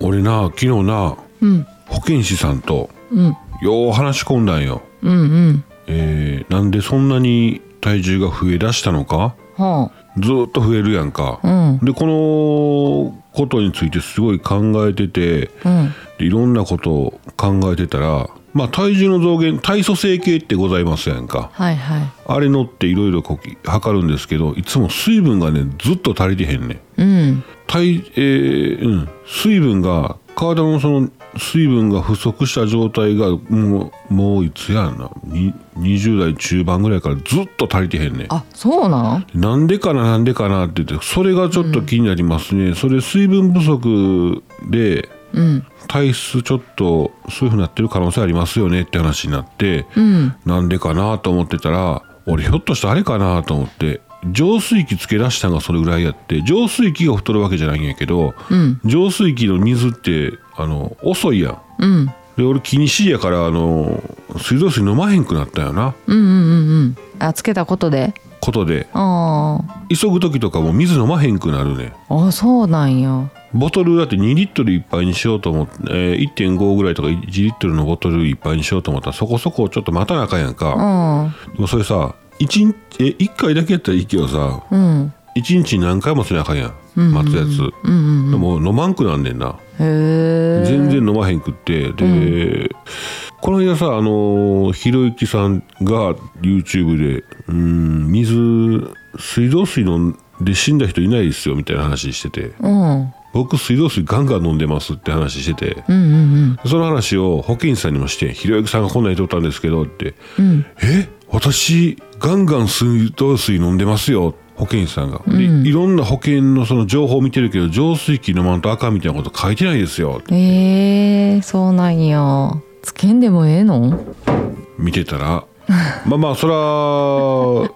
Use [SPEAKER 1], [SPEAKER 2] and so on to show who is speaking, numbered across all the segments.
[SPEAKER 1] 俺な昨日な
[SPEAKER 2] うん
[SPEAKER 1] 保健師さんと
[SPEAKER 2] うん
[SPEAKER 1] よう話し込んだんよ、
[SPEAKER 2] うんうん
[SPEAKER 1] えー、なんでそんなに体重が増えだしたのか
[SPEAKER 2] は
[SPEAKER 1] ずーっと増えるやんか、
[SPEAKER 2] あうん
[SPEAKER 1] でこのことについてすごい考えてて
[SPEAKER 2] うん
[SPEAKER 1] でいろんなことを考えてたら、まあ、体重の増減体組成計ってございますやんか
[SPEAKER 2] はいはい
[SPEAKER 1] あれのっていろいろこう測るんですけどいつも水分がねずっと足りてへんねん
[SPEAKER 2] うん
[SPEAKER 1] 体、えーうん、水分が体のその水分が不足した状態がもうもういつやなに20代中盤ぐらいからずっと足りてへんねん
[SPEAKER 2] あそうなん
[SPEAKER 1] なんでかななんでかなって言ってそれがちょっと気になりますね、それ水分不足で
[SPEAKER 2] うん
[SPEAKER 1] 体質ちょっとそういうふうになってる可能性ありますよねって話になって、
[SPEAKER 2] うん
[SPEAKER 1] なんでかなと思ってたら俺ひょっとしてあれかなと思って浄水器つけ出したのがそれぐらいやって浄水器が太るわけじゃないんやけど、
[SPEAKER 2] うん
[SPEAKER 1] 浄水器の水ってあの遅いやん
[SPEAKER 2] うん
[SPEAKER 1] で俺気にしいやからあの水道水飲まへんくなったよな
[SPEAKER 2] うんうんうんうんあつけたことで
[SPEAKER 1] ことで
[SPEAKER 2] あ
[SPEAKER 1] 急ぐ時とかも水飲まへんくなるね
[SPEAKER 2] ああそうなんや
[SPEAKER 1] ボトルだって2リットルいっぱいにしようと思って、えー1.5ぐらいとか1リットルのボトルいっぱいにしようと思ったらそこそこちょっと待たなあかんやん
[SPEAKER 2] う
[SPEAKER 1] か、
[SPEAKER 2] ん
[SPEAKER 1] でもそれさ 1, え1回だけやったらいいけどさ
[SPEAKER 2] うん
[SPEAKER 1] 一日に何回もせなあかんや
[SPEAKER 2] うん
[SPEAKER 1] ん待つやつ、
[SPEAKER 2] うんうん
[SPEAKER 1] でも飲まんくなんねんな、
[SPEAKER 2] へえ
[SPEAKER 1] 全然飲まへんくってで、この間さあのーひろゆきさんが YouTube で「うーん水水道水飲んで死んだ人いないですよ」みたいな話してて
[SPEAKER 2] うん
[SPEAKER 1] 「僕水道水ガンガン飲んでます」って話してて
[SPEAKER 2] うんうん
[SPEAKER 1] その話を保健師さんにもして「ひろゆきさんがこんなん言っとったんですけど」って
[SPEAKER 2] うんうん
[SPEAKER 1] え私ガンガン水道水飲んでますよ保健師さんが、でいろんな保健のその情報を見てるけど浄水器飲まんと赤みたいなこと書いてないですよ
[SPEAKER 2] えー、そうなんやつけんでもええの
[SPEAKER 1] 見てた らまあまあそら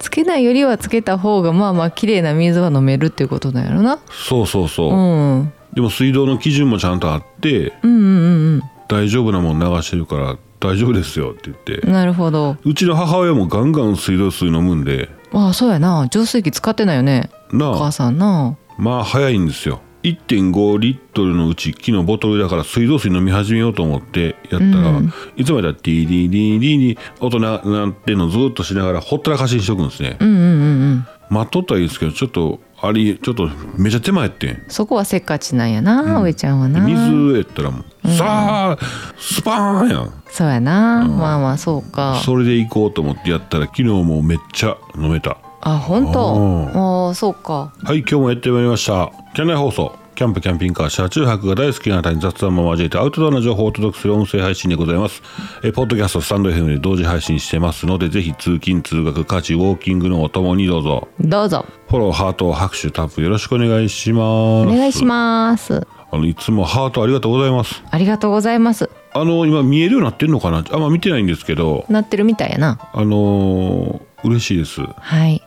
[SPEAKER 2] つけないよりはつけた方がまあまあ綺麗な水は飲めるっていうことだよな
[SPEAKER 1] そうそうそう、
[SPEAKER 2] うんうん
[SPEAKER 1] でも水道の基準もちゃんとあって
[SPEAKER 2] うんうん
[SPEAKER 1] 大丈夫なもん流してるから大丈夫ですよって言って、
[SPEAKER 2] うんなるほど
[SPEAKER 1] うちの母親もガンガン水道水飲むんで
[SPEAKER 2] ああそうやな浄水器使ってないよねお
[SPEAKER 1] な
[SPEAKER 2] 母
[SPEAKER 1] あ
[SPEAKER 2] さんな
[SPEAKER 1] まあ早いんですよ1.5リットルのうち木のボトルだから水道水飲み始めようと思ってやったら、いつまでだってリリリリリ音ななんてのずっとしながらほったらかしにしとくんですね、
[SPEAKER 2] うんうんうんうん
[SPEAKER 1] 待っとったらいいですけどちょっとありちょっとめちゃ手前やってん
[SPEAKER 2] そこはせっかちなんやな、上ちゃんはな
[SPEAKER 1] 水やったらもう、さあスパーンやん
[SPEAKER 2] そうやな、まあまあそうか
[SPEAKER 1] それで行こうと思ってやったら昨日もめっちゃ飲めた
[SPEAKER 2] あ本
[SPEAKER 1] う
[SPEAKER 2] 当ああそうか
[SPEAKER 1] はい今日もやってまいりましたキャンナイ放送キャンプキャンピングカー車中泊が大好きな方に雑談も交えてアウトドアな情報をお届けする音声配信でございますえポッドキャストスタンド FM で同時配信してますのでぜひ通勤通学家事ウォーキングのおともにどうぞ
[SPEAKER 2] どうぞ
[SPEAKER 1] フォローハート拍手タップよろしくお願いします
[SPEAKER 2] お願いします
[SPEAKER 1] あのいつもハートありがとうございます
[SPEAKER 2] ありがとうございます
[SPEAKER 1] あの今見えるようになってんのかなあんま見てないんですけど
[SPEAKER 2] なってるみたいやな
[SPEAKER 1] あのー嬉しいです。
[SPEAKER 2] はい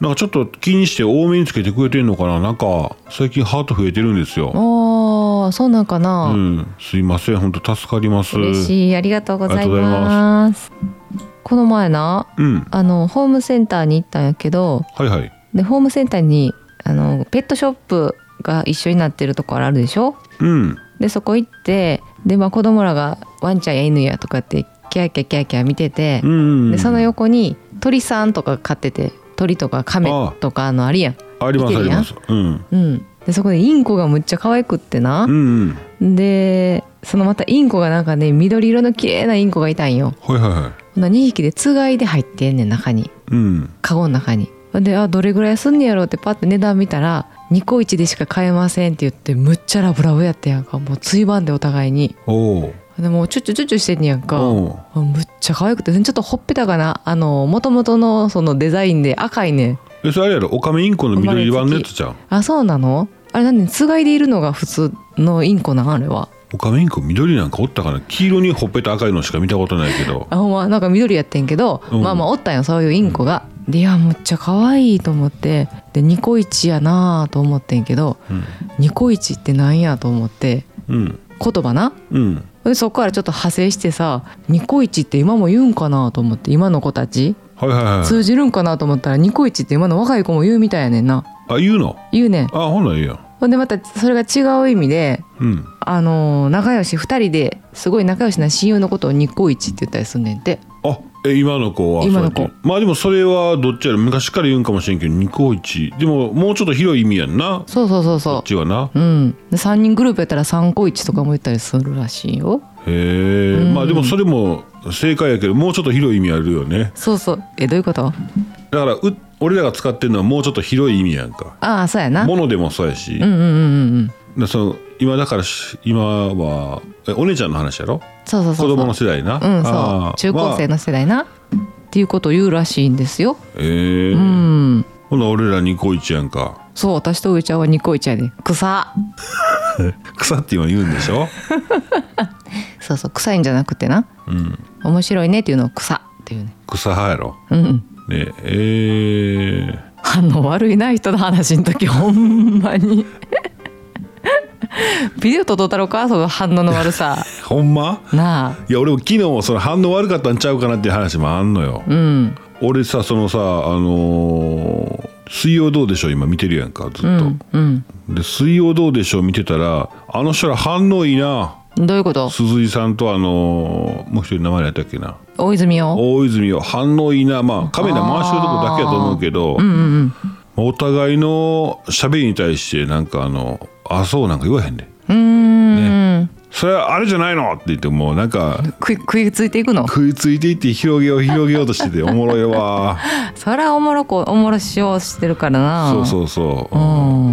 [SPEAKER 1] なんかちょっと気にして多めにつけてくれてんのかななんか最近ハート増えてるんですよ。
[SPEAKER 2] おーそうなんかな、
[SPEAKER 1] うん、すいません、本当助かります。
[SPEAKER 2] 嬉しいありがとうござい
[SPEAKER 1] ありがとうござい
[SPEAKER 2] ますこの前な
[SPEAKER 1] うん、
[SPEAKER 2] あのホームセンターに行ったんやけど
[SPEAKER 1] はいはい。
[SPEAKER 2] でホームセンターにあのペットショップが一緒になってるところあるでしょ
[SPEAKER 1] うん、
[SPEAKER 2] でそこ行ってで、まあ、子供らがワンちゃんや犬やとかってキャーキャーキャーキャー見てて
[SPEAKER 1] う、ん、
[SPEAKER 2] でその横に鳥さんとか飼ってて鳥とか亀とかあのあるやん。
[SPEAKER 1] あります
[SPEAKER 2] 見て
[SPEAKER 1] あ
[SPEAKER 2] る
[SPEAKER 1] り
[SPEAKER 2] やん
[SPEAKER 1] ます。うん、
[SPEAKER 2] うん、でそこでインコがむっちゃ可愛くってな
[SPEAKER 1] うん、う、ん、
[SPEAKER 2] でそのまたインコがなんかね緑色の綺麗なインコがいたんよ。
[SPEAKER 1] はいはいはい。
[SPEAKER 2] ほな2匹でつがいで入ってんねん中に
[SPEAKER 1] うん、
[SPEAKER 2] カゴの中に。であどれぐらいすんねやろうってパッて値段見たら2個1でしか買えませんって言ってむっちゃラブラブやったやんかもうついばんでお互いに
[SPEAKER 1] おう
[SPEAKER 2] でもうチュッチュチュッチュしてんねやんか
[SPEAKER 1] おう、
[SPEAKER 2] あむっちゃ可愛くてちょっとほっぺたかなあの元々のそのデザインで赤いねん
[SPEAKER 1] え、それあれやろ、オカメインコの緑版のやつじゃん。
[SPEAKER 2] あそうなのあれ何つがいでいるのが普通のインコなんあれは
[SPEAKER 1] オカメインコ緑なんかおったかな、黄色にほっぺた赤いのしか見たことないけど。
[SPEAKER 2] あほんまなんか緑やってんけど、
[SPEAKER 1] うん
[SPEAKER 2] まあまあおったんよそういうインコが。でいやむっちゃ可愛いと思ってでニコイチやなあと思ってんけど
[SPEAKER 1] うん、
[SPEAKER 2] ニコイチってなんやと思って
[SPEAKER 1] うん、
[SPEAKER 2] 言葉な
[SPEAKER 1] うん、
[SPEAKER 2] でそこからちょっと派生してさニコイチって今も言うんかなと思って今の子たち
[SPEAKER 1] はいはいはい。
[SPEAKER 2] 通じるんかなと思ったらニコイチって今の若い子も言うみたいやねんな
[SPEAKER 1] あ、言うの。
[SPEAKER 2] 言うねん
[SPEAKER 1] あ、ほんならいいやん。
[SPEAKER 2] ほんでまたそれが違う意味で
[SPEAKER 1] うん
[SPEAKER 2] あのー仲良し2人ですごい仲良しな親友のことを日光一って言ったりすんねんて
[SPEAKER 1] あえ今の子は
[SPEAKER 2] 今の子
[SPEAKER 1] そうやってまあでもそれはどっちやろ昔から言うんかもしれんけど二高一でももうちょっと広い意味やんなこ
[SPEAKER 2] そうそうそう
[SPEAKER 1] っ
[SPEAKER 2] そ
[SPEAKER 1] ちはな
[SPEAKER 2] ううんで3人グループやったら三個一とかも言ったりするらしいよ
[SPEAKER 1] へえ、まあでもそれも正解やけどもうちょっと広い意味あるよね
[SPEAKER 2] そうそうえどういうこと
[SPEAKER 1] だからう俺らが使ってるのはもうちょっと広い意味やんか
[SPEAKER 2] ああそうやなうん
[SPEAKER 1] ものでもそうやし、
[SPEAKER 2] うんうんうんうん
[SPEAKER 1] でその今だからし今はえお姉ちゃんの話やろ
[SPEAKER 2] そうそうそうそ
[SPEAKER 1] 子
[SPEAKER 2] う
[SPEAKER 1] 供の世代な、
[SPEAKER 2] うんそ
[SPEAKER 1] あ
[SPEAKER 2] う
[SPEAKER 1] ー
[SPEAKER 2] 中高生
[SPEAKER 1] まあ
[SPEAKER 2] の世代な、っていうことを言うらしいんですよ
[SPEAKER 1] えー
[SPEAKER 2] うん
[SPEAKER 1] ほな俺ら二高一やんか
[SPEAKER 2] そう私と上ちゃんはニコイチやで草
[SPEAKER 1] 草って今言うんでし ょ
[SPEAKER 2] そうそう臭いんじゃなくてな
[SPEAKER 1] うん
[SPEAKER 2] 面白いねっていうのを草っていうね
[SPEAKER 1] 草派やろ
[SPEAKER 2] うん
[SPEAKER 1] ねえー
[SPEAKER 2] 反応悪いな人の話の時ほんまに ビデオとトータロかその反応の悪さ
[SPEAKER 1] ほんま
[SPEAKER 2] なあ
[SPEAKER 1] いや俺も昨日その反応悪かったんちゃうかなっていう話もあんのよ、
[SPEAKER 2] うん
[SPEAKER 1] 俺さそのさあのー水曜どうでしょう」今見てるやんかずっと、
[SPEAKER 2] うんうん
[SPEAKER 1] で「水曜どうでしょう」見てたらあの人ら反応いいな
[SPEAKER 2] どういうこと
[SPEAKER 1] 鈴井さんとあのーもう一人名前やったっけな
[SPEAKER 2] 大泉を
[SPEAKER 1] 大泉を反応いいなまあカメラ回してるとこだけやと思うけど、お互いの喋りに対してなんかあの「あそう」なんか言わへんね
[SPEAKER 2] うーん、
[SPEAKER 1] それはあれじゃないのって言ってもうなんか
[SPEAKER 2] 食い食いついていくの
[SPEAKER 1] 食いついていって広げよう広げようとしてておもろい わ
[SPEAKER 2] そりゃおもろこおもろしようしてるからな
[SPEAKER 1] そうそうそう、
[SPEAKER 2] う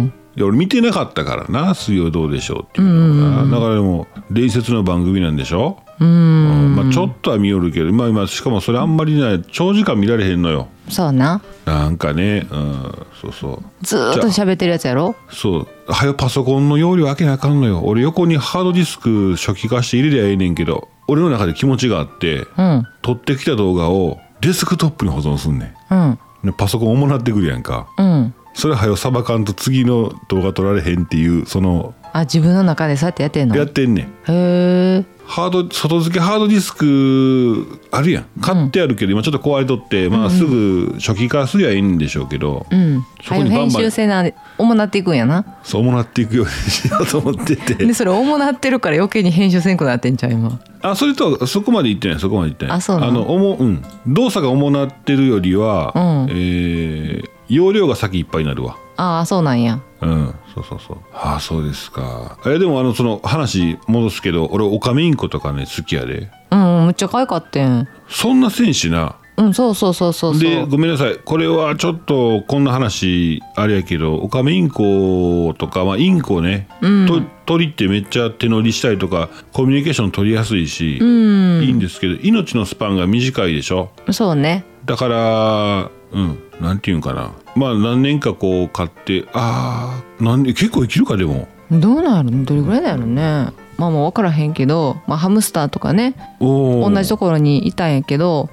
[SPEAKER 2] ん
[SPEAKER 1] いや俺見てなかったからな「水曜どうでしょう」っていうのが、だからでも伝説の番組なんでしょうんまあ、ちょっとは見よるけど、まあ、今しかもそれあんまりね長時間見られへんのよ
[SPEAKER 2] そうな
[SPEAKER 1] なんかね、うん、そうそう
[SPEAKER 2] ずーっと喋ってるやつやろ
[SPEAKER 1] そうはよパソコンの容量開けなあかんのよ俺横にハードディスク初期化して入れりゃええねんけど俺の中で気持ちがあって
[SPEAKER 2] うん
[SPEAKER 1] 撮ってきた動画をデスクトップに保存すんね
[SPEAKER 2] うん
[SPEAKER 1] んでパソコン重なってくるやんか
[SPEAKER 2] うん
[SPEAKER 1] それはよさばかんと次の動画撮られへんっていうその
[SPEAKER 2] あ自分の中でそうやってやってんの
[SPEAKER 1] やっ
[SPEAKER 2] へ
[SPEAKER 1] てんねん
[SPEAKER 2] え
[SPEAKER 1] ハード外付けハードディスクあるやん買ってあるけど、今ちょっと壊れとって、まあ、すぐ初期化すりゃいいんでしょうけど、
[SPEAKER 2] うん
[SPEAKER 1] そこにバンバン
[SPEAKER 2] 編集性なんで主なっていくんやな
[SPEAKER 1] そうもなっていくようにしようと思ってて
[SPEAKER 2] でそれ主なってるから余計に編集せんくなってんちゃう今
[SPEAKER 1] あそれとはそこまで言ってないそこまで言ってない
[SPEAKER 2] あそうなの
[SPEAKER 1] のおも、うん、動作が重なってるよりは、
[SPEAKER 2] うん
[SPEAKER 1] えー容量が先いっぱいになるわ
[SPEAKER 2] ああそうなんや
[SPEAKER 1] うんそうそうそうああそうですかえでもあのその話戻すけど俺オカメインコとかね好きやで
[SPEAKER 2] うんめっちゃ可愛かってん
[SPEAKER 1] そんな戦士な
[SPEAKER 2] うんそうそうそうそうそう
[SPEAKER 1] でごめんなさいこれはちょっとこんな話あれやけどオカメインコとか、まあ、インコね、と鳥ってめっちゃ手乗りしたりとかコミュニケーション取りやすいし、いいんですけど命のスパンが短いでしょ
[SPEAKER 2] そうね
[SPEAKER 1] だからうんなんていうんかなまあ何年かこう買ってああなんで結構生きるかでも
[SPEAKER 2] どうなるどれぐらいだろうねまあもう分からへんけど、まあ、ハムスターとかね
[SPEAKER 1] お
[SPEAKER 2] 同
[SPEAKER 1] ー
[SPEAKER 2] じところにいたんやけど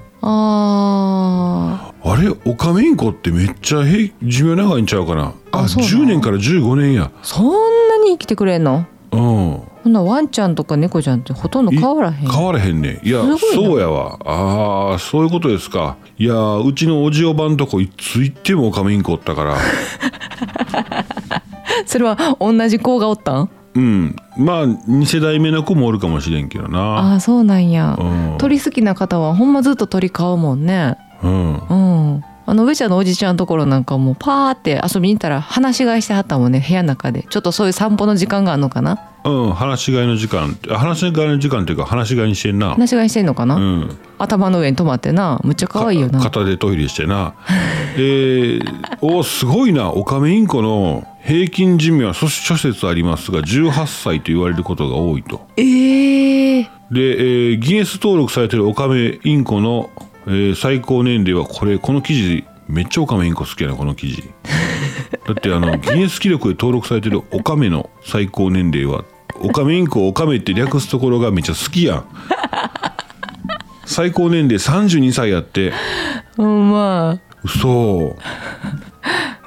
[SPEAKER 2] あ
[SPEAKER 1] あれオカメインコってめっちゃ平寿命長いんちゃうかなあ
[SPEAKER 2] あそうなの
[SPEAKER 1] 10年から15年や
[SPEAKER 2] ーそんなに生きてくれんの
[SPEAKER 1] うん
[SPEAKER 2] ほんならワンちゃんとか猫ちゃんってほとんど変わらへん
[SPEAKER 1] 変わらへんねいや
[SPEAKER 2] すごいな
[SPEAKER 1] そうやわああそういうことですかいやーうちのおじおばんとこいつ行ってもオカメインコおったから
[SPEAKER 2] それは同じ子がおったん
[SPEAKER 1] うんまあ2世代目の子もおるかもしれんけどな
[SPEAKER 2] ああそうなんや
[SPEAKER 1] うん
[SPEAKER 2] 鳥好きな方はほんまずっと鳥飼うもんね
[SPEAKER 1] うん
[SPEAKER 2] うんあの上ちゃんのおじちゃんのところなんかもうパーって遊びに行ったら話し飼いしてはったもんね部屋の中でちょっとそういう散歩の時間があるのかな
[SPEAKER 1] うん話し飼いの時間あ話し飼いの時間っていうか話し飼いにしてんな
[SPEAKER 2] 話し飼いしてんのかな、
[SPEAKER 1] うん
[SPEAKER 2] 頭の上に止まってなむっちゃ可愛いよな
[SPEAKER 1] か片でトイレしてなえー、おすごいなオカメインコの平均寿命は諸諸説ありますが18歳と言われることが多いと
[SPEAKER 2] ええー、
[SPEAKER 1] で、えーギネス登録されてるオカメインコの、えー最高年齢はこれこの記事めっちゃオカメインコ好きやなこの記 事だってあのギネス記録で登録されてるオカメの最高年齢はオカメインコオカメって略すところがめっちゃ好きやん最高年齢32歳やって
[SPEAKER 2] うんま
[SPEAKER 1] 嘘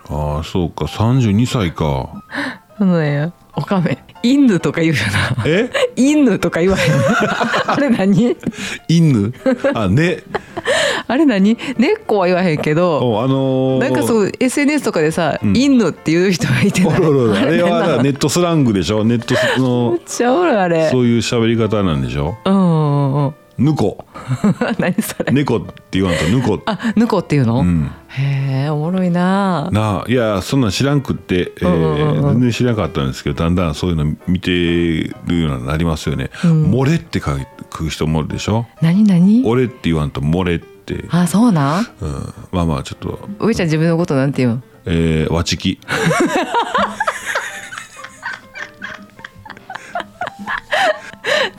[SPEAKER 1] ああそうか32歳か
[SPEAKER 2] ああのねおかめインヌとか言うよな
[SPEAKER 1] え
[SPEAKER 2] インヌとか言わへんあれ何
[SPEAKER 1] 犬あね
[SPEAKER 2] あれ何根っこは言わへんけど
[SPEAKER 1] おあのー、
[SPEAKER 2] なんかそう SNS とかでさ「
[SPEAKER 1] ん
[SPEAKER 2] インの」っていう人がいて
[SPEAKER 1] お
[SPEAKER 2] ない
[SPEAKER 1] ろおろあれはだ
[SPEAKER 2] 何
[SPEAKER 1] か
[SPEAKER 2] な
[SPEAKER 1] ら
[SPEAKER 2] の
[SPEAKER 1] ネットスラングでしょネットの
[SPEAKER 2] めっちゃおるあれ
[SPEAKER 1] そういう喋り方なんでしょ
[SPEAKER 2] うんうんうん
[SPEAKER 1] ぬこ
[SPEAKER 2] 何それ
[SPEAKER 1] 猫って言わんとぬこ
[SPEAKER 2] あぬこっていうの、
[SPEAKER 1] うん
[SPEAKER 2] へえおもろいな
[SPEAKER 1] なあいやそんなん知らんくって、えー
[SPEAKER 2] うんうんうん
[SPEAKER 1] 全然知らなかったんですけどだんだんそういうの見てるようになりますよね「
[SPEAKER 2] うん
[SPEAKER 1] 漏れ」って書く人もおるでしょ
[SPEAKER 2] 何
[SPEAKER 1] 「
[SPEAKER 2] 何
[SPEAKER 1] 俺」って言わんと「漏れ」って、うん、
[SPEAKER 2] あそうなん
[SPEAKER 1] まあまあちょっと
[SPEAKER 2] 上ちゃん自分のこと なんて言うん
[SPEAKER 1] 「えー、わち き」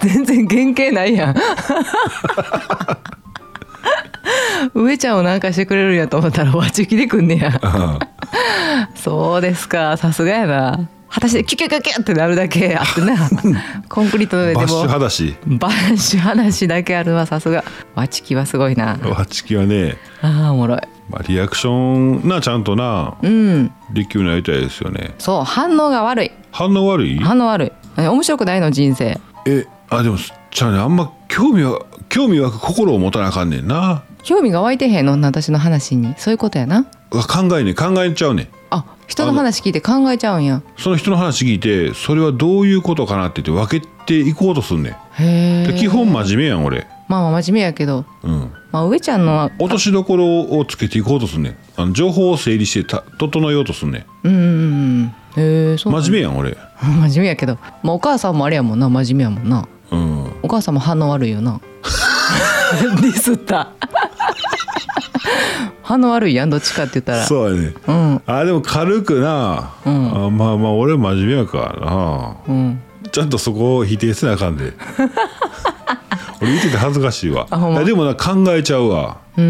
[SPEAKER 2] 全然原型ないやん 上ちゃんをなんかしてくれるんやと思ったらわちきでくんねや そうですかさすがやな果たしてキュキュキュキュってなるだけあっ てなコンクリートの
[SPEAKER 1] バ
[SPEAKER 2] 上で
[SPEAKER 1] ッシュ
[SPEAKER 2] も
[SPEAKER 1] 派だし
[SPEAKER 2] バッシュ話だけあるわさすがわちきはすごいな
[SPEAKER 1] わちきはね、
[SPEAKER 2] あーおもろい
[SPEAKER 1] まあ、リアクションなちゃんとな
[SPEAKER 2] うん
[SPEAKER 1] できるようになりたいですよね
[SPEAKER 2] そう反応が悪い
[SPEAKER 1] 反応悪い
[SPEAKER 2] 反応悪いえ面白くないの人生
[SPEAKER 1] えあでもちゃうねあんま興味は興味は心を持たなあかんねんな
[SPEAKER 2] 興味が湧いてへんの私の話にそういうことやな
[SPEAKER 1] うわ考えね考えちゃうねん
[SPEAKER 2] あ人の話聞いて考えちゃうんや
[SPEAKER 1] その人の話聞いてそれはどういうことかなって言って分けていこうとすんねん
[SPEAKER 2] へ
[SPEAKER 1] で
[SPEAKER 2] え
[SPEAKER 1] 基本真面目やん俺
[SPEAKER 2] まあまあ真面目やけど、
[SPEAKER 1] うん
[SPEAKER 2] まあ、上ちゃんのは
[SPEAKER 1] 落としどころをつけていこうとすんねんあの情報を整理してた整えようとすんねん
[SPEAKER 2] うんうんうんへえそう
[SPEAKER 1] 真面目やん俺
[SPEAKER 2] 真面目やけど、まあ、お母さんもあれやもんな真面目やもんな
[SPEAKER 1] うん
[SPEAKER 2] お母さんも反応悪いよな ディスった 反応悪いやんどっちかって言ったらう
[SPEAKER 1] そうやね
[SPEAKER 2] ん
[SPEAKER 1] あでも軽くな、
[SPEAKER 2] うん
[SPEAKER 1] あまあまあ俺真面目やから
[SPEAKER 2] うん
[SPEAKER 1] なちゃんとそこを否定せなあかん で俺言ってて恥ずかしいわ
[SPEAKER 2] あほん
[SPEAKER 1] い
[SPEAKER 2] ま
[SPEAKER 1] やでもな考えちゃうわ
[SPEAKER 2] うー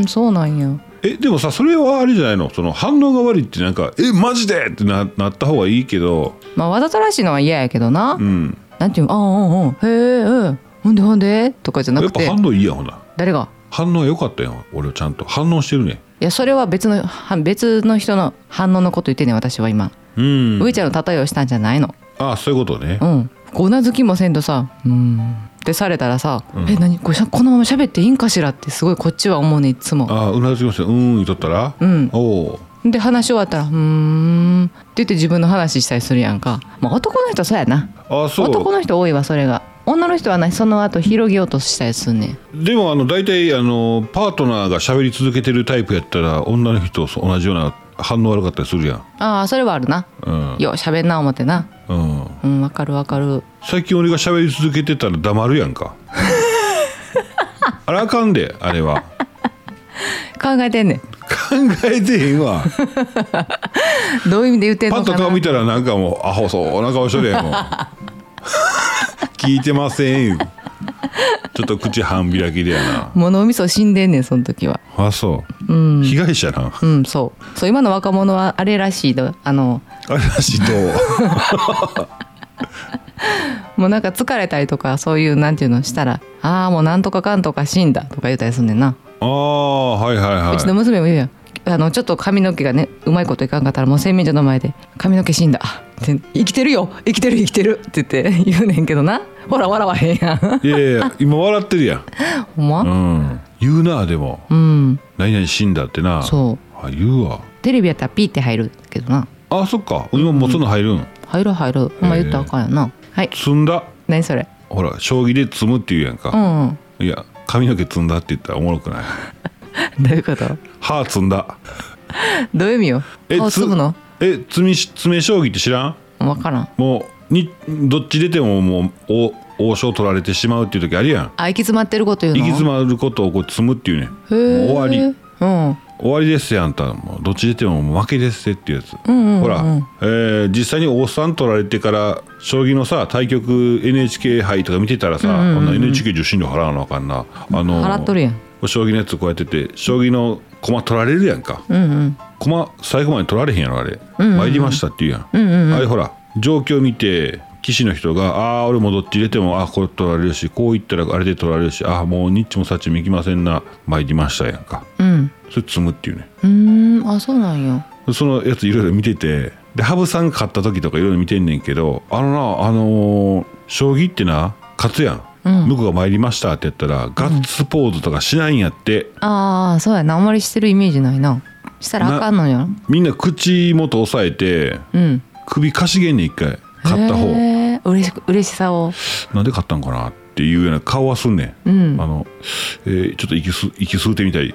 [SPEAKER 2] んそうなんや
[SPEAKER 1] えでもさそれはあれじゃないのその反応が悪いってなんか「えマジで!」ってななった方がいいけど
[SPEAKER 2] まあわざとらしいのは嫌やけどな、
[SPEAKER 1] うん
[SPEAKER 2] なんていうのああああへえうんほんでほんでとかじゃな
[SPEAKER 1] や
[SPEAKER 2] く
[SPEAKER 1] っぱ
[SPEAKER 2] て
[SPEAKER 1] 反応いいやんほな
[SPEAKER 2] 誰が
[SPEAKER 1] 反応良かったやん俺はちゃんと反応してるね
[SPEAKER 2] いやそれは別のは別の人の反応のこと言ってんねん私は今、
[SPEAKER 1] うん
[SPEAKER 2] 上ちゃんの例えをしたんじゃないの
[SPEAKER 1] あそういうことね
[SPEAKER 2] うんうなずきもせんとさ「うーん」ってされたらさ「え何これしゃこのまま喋っていいんかしら?」ってすごいこっちは思うねいつも。
[SPEAKER 1] あうなずきましたうーん言っとったら
[SPEAKER 2] うん、
[SPEAKER 1] おお
[SPEAKER 2] で話し終わったら「うーん」って言って自分の話したりするやんか、まあ、男の人そうやな
[SPEAKER 1] あそ
[SPEAKER 2] 男
[SPEAKER 1] う
[SPEAKER 2] の人多いわそれが女の人はなその後広げようとしたりすんねん
[SPEAKER 1] でもあの大体あのパートナーが喋り続けてるタイプやったら女の人と同じような反応悪かったりするやん
[SPEAKER 2] ああそれはあるな
[SPEAKER 1] うん、
[SPEAKER 2] よう喋んな思ってな
[SPEAKER 1] うん、
[SPEAKER 2] うんわかるわかる
[SPEAKER 1] 最近俺が喋り続けてたら黙るやんか あらあかんであれは
[SPEAKER 2] 考えてんねん
[SPEAKER 1] 考えてへん わ
[SPEAKER 2] どういう意味で言ってん
[SPEAKER 1] パ
[SPEAKER 2] の
[SPEAKER 1] ッと
[SPEAKER 2] か
[SPEAKER 1] 顔
[SPEAKER 2] な
[SPEAKER 1] 見たらなんかもうアホそうな顔しとるやんもう 聞いてませんちょっと口半開きでやな
[SPEAKER 2] もう脳みそ死んでんねんその時は
[SPEAKER 1] あそう、被害者な
[SPEAKER 2] うんそうそう今の若者はあれらしいのあの
[SPEAKER 1] あれらしいと
[SPEAKER 2] もうなんか疲れたりとかそういうなんていうのしたら「ああもうなんとかかんとか死んだ」とか言うたりすんねんな、
[SPEAKER 1] ああはいはいう
[SPEAKER 2] ちの
[SPEAKER 1] は
[SPEAKER 2] 娘も言うやんあのちょっと髪の毛がねうまいこといかんかったらもう洗面所の前で「髪の毛死んだ」って「生きてるよ生きてる生きてる」って言って言うねんけどなほら笑わへんやん
[SPEAKER 1] いいやいや今笑ってるやん、
[SPEAKER 2] ほんま、
[SPEAKER 1] うん、言うなでも
[SPEAKER 2] うん、
[SPEAKER 1] 何々死んだってな
[SPEAKER 2] そう
[SPEAKER 1] あ言うわ
[SPEAKER 2] テレビやったらピーって入るけどな
[SPEAKER 1] あそっか今もうそんなん入るん、
[SPEAKER 2] 入る入るほんま言ったらあかんよなはい
[SPEAKER 1] 積んだ
[SPEAKER 2] 何それ
[SPEAKER 1] ほら将棋で積むっていうやん
[SPEAKER 2] う
[SPEAKER 1] か、
[SPEAKER 2] ん うん
[SPEAKER 1] いや髪の毛積んだって言ったらおもろくない
[SPEAKER 2] どういうこと
[SPEAKER 1] 歯積んだ
[SPEAKER 2] どういう意味よ顔
[SPEAKER 1] つ
[SPEAKER 2] つぶの
[SPEAKER 1] え詰め詰め将棋って知らん
[SPEAKER 2] 分からん
[SPEAKER 1] もうにどっち出てももうお王将取られてしまうっていう時あるやん
[SPEAKER 2] あ行き詰まってること言う
[SPEAKER 1] 行
[SPEAKER 2] の
[SPEAKER 1] き詰まることをこう積むっていうねもう
[SPEAKER 2] へー
[SPEAKER 1] 終わり
[SPEAKER 2] うん
[SPEAKER 1] 終わりですやんたもうどっち出てももう負けですってっていうやつ、
[SPEAKER 2] んうんうん
[SPEAKER 1] ほら、えー実際に王さん取られてから将棋のさ対局 NHK 杯とか見てたらさ、こんな NHK 受信料払わなあかんなあの
[SPEAKER 2] 払っとるやん
[SPEAKER 1] 将棋のやつこうやってて将棋の駒取られるやんか、
[SPEAKER 2] うんうん
[SPEAKER 1] 駒最後まで取られへんやろあれ、参りましたって言うやん,、あれほら状況見て棋士の人が「ああー俺もどっち出てもあーこれ取られるしこう言ったらあれで取られるしああもうニッチもサッチもいきませんな参りましたやんか
[SPEAKER 2] うん
[SPEAKER 1] それ積むっていうね
[SPEAKER 2] うーんあそうなんや
[SPEAKER 1] そのやついろいろ見ててで羽生さんが勝った時とかいろいろ見てんねんけどあのなあのー将棋ってな勝つやん向こうが参りましたって言ったら、ガッツポーズとかしないんやって、
[SPEAKER 2] ああそうやなあんまりしてるイメージないなしたらあかんのよ
[SPEAKER 1] みんな口元押さえて、
[SPEAKER 2] うん
[SPEAKER 1] 首かしげんねん一回買った方
[SPEAKER 2] へー嬉しく嬉しさを
[SPEAKER 1] なんで買ったんかなっていうような顔はすんねん、
[SPEAKER 2] うん
[SPEAKER 1] あの、えーちょっと息す息吸うてみたい、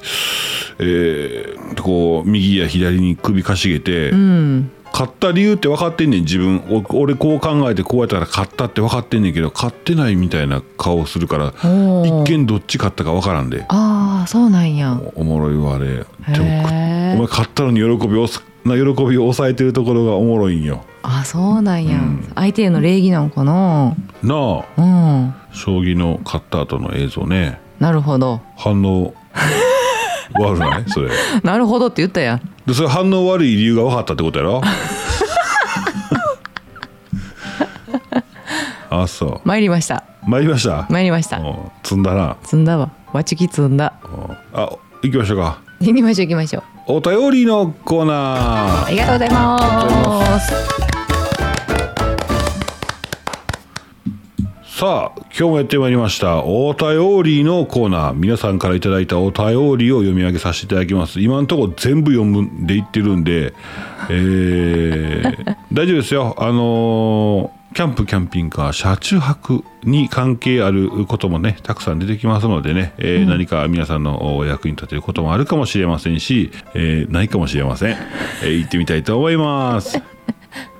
[SPEAKER 1] えーこう右や左に首かしげて、
[SPEAKER 2] うん
[SPEAKER 1] 買った理由って分かってんねん自分お俺こう考えてこうやったから買ったって分かってんねんけど買ってないみたいな顔するから
[SPEAKER 2] おー
[SPEAKER 1] 一見どっち買ったか分からんで
[SPEAKER 2] ああそうなんや
[SPEAKER 1] おもろいわあれでもくお
[SPEAKER 2] へ
[SPEAKER 1] 前
[SPEAKER 2] え
[SPEAKER 1] 買ったのに喜びをすな喜びを抑えてるところがおもろいんよ
[SPEAKER 2] あそうなんや、相手への礼儀なんかな
[SPEAKER 1] なあ
[SPEAKER 2] うん
[SPEAKER 1] 将棋の買った後の映像ね
[SPEAKER 2] なるほど
[SPEAKER 1] 反応 悪ないそれ
[SPEAKER 2] なるほどって言ったやん
[SPEAKER 1] でそれ反応悪い理由が分かったってことやろ あそ
[SPEAKER 2] 参りました
[SPEAKER 1] う参りました
[SPEAKER 2] 参りました
[SPEAKER 1] うん積んだな
[SPEAKER 2] 積んだわわちき積ん だ
[SPEAKER 1] あ、行きましょうか。
[SPEAKER 2] 行きましょう行きましょう
[SPEAKER 1] お便りのコーナ
[SPEAKER 2] あ
[SPEAKER 1] ー。
[SPEAKER 2] りがとうございます
[SPEAKER 1] さあ、今日もやってまいりました。お便りのコーナー。皆さんからいただいたお便りを読み上げさせていただきます。今のところ全部読んでいってるんで、えー大丈夫ですよ。あのーキャンプ、キャンピングカー、車中泊に関係あることもね、たくさん出てきますのでね、えー何か皆さんのお役に立てることもあるかもしれませんし、えーないかもしれません。えー行ってみたいと思います。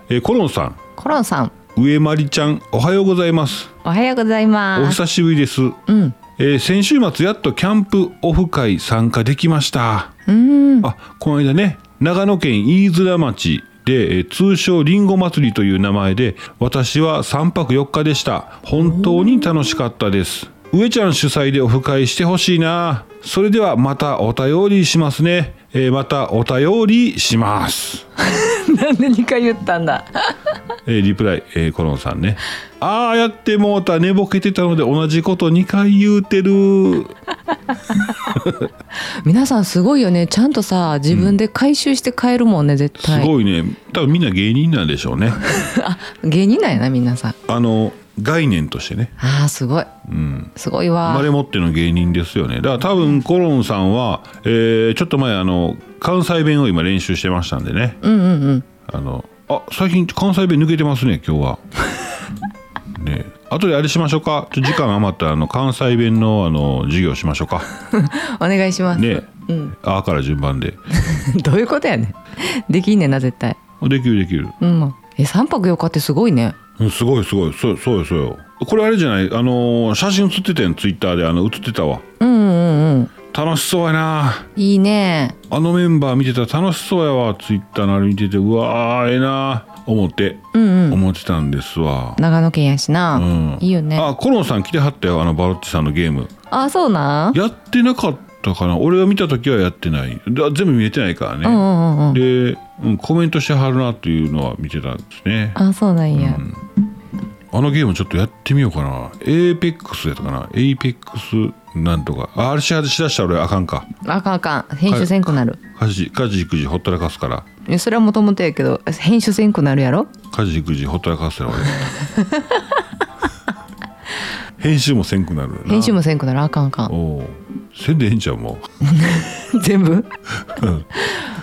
[SPEAKER 1] えーコロンさん、
[SPEAKER 2] コロンさん
[SPEAKER 1] 上まりちゃん、おはようございます。
[SPEAKER 2] おはようござい
[SPEAKER 1] お
[SPEAKER 2] ます
[SPEAKER 1] 久しぶりです、
[SPEAKER 2] うん
[SPEAKER 1] えー先週末やっとキャンプオフ会参加できました
[SPEAKER 2] うん
[SPEAKER 1] あこの間ね長野県飯綱町で、えー通称りんご祭りという名前で私は3泊4日でした本当に楽しかったです上ちゃん主催でオフ会してほしいなそれではまたお便りしますね、えーまたお便りします
[SPEAKER 2] なんで2回言ったんだ
[SPEAKER 1] えーリプライ、えーコロンさんね。ああ、やってもうた、寝ぼけてたので同じこと2回言うてる。
[SPEAKER 2] 皆さんすごいよねちゃんとさ自分で回収して帰るもんね絶
[SPEAKER 1] す
[SPEAKER 2] 対、
[SPEAKER 1] ごいね。多分みんな芸人なんでしょうね。
[SPEAKER 2] あ芸人なんやなみんなさん
[SPEAKER 1] あの、概念としてね。
[SPEAKER 2] あーすごい
[SPEAKER 1] うん。
[SPEAKER 2] すごいわ
[SPEAKER 1] 生まれ持っての芸人ですよね。だから多分コロンさんは、えーちょっと前、あの、関西弁を今練習してましたんでね。
[SPEAKER 2] うんうんうん
[SPEAKER 1] あの、あ、最近関西弁抜けてますね、今日 は。ねあとであれしましょうか。ちょ時間余ったら、あの、関西弁の、あの、授業しましょうか。
[SPEAKER 2] お願いします、
[SPEAKER 1] ね、あから順番で。
[SPEAKER 2] どういうことやねんできんねんな絶対
[SPEAKER 1] できるできる。
[SPEAKER 2] うんえ三泊四日ってすごいね
[SPEAKER 1] うんすごいすごい。そうそうよそうよ。これあれじゃないあのー写真写ってたやんツイッターであの写ってたわ。
[SPEAKER 2] うんうんうん
[SPEAKER 1] 楽しそうやな。
[SPEAKER 2] いいね
[SPEAKER 1] あのメンバー見てたら楽しそうやわ。ツイッターのあれ見ててうわーええな思って、思ってたんですわ。
[SPEAKER 2] 長野県やしな、
[SPEAKER 1] うん
[SPEAKER 2] いいよねあ
[SPEAKER 1] あコロンさん来てはったよあのバロッチさんのゲーム。
[SPEAKER 2] そうなん
[SPEAKER 1] やってなかったかな。俺が見た時はやってない。だ全部見えてないからね。
[SPEAKER 2] うんうんうんうん
[SPEAKER 1] で、うん、コメントしてはるなっていうのは見てたんですね。
[SPEAKER 2] あそうなんや、
[SPEAKER 1] あのゲームちょっとやってみようかな。エーペックスやったかな。エーペックスなんとか。ああれししだしたら俺あかんか。
[SPEAKER 2] あかんあかん編集せんくなる、
[SPEAKER 1] 家事、家事育児ほったらかすから。
[SPEAKER 2] いやそれはもともとやけど編集せんくなるやろ
[SPEAKER 1] 家事育児ほったらかすから俺。 編集もせんくなるよな。
[SPEAKER 2] 編集もせんくなるあかんあかん
[SPEAKER 1] おうせんでええんちゃうも
[SPEAKER 2] 全部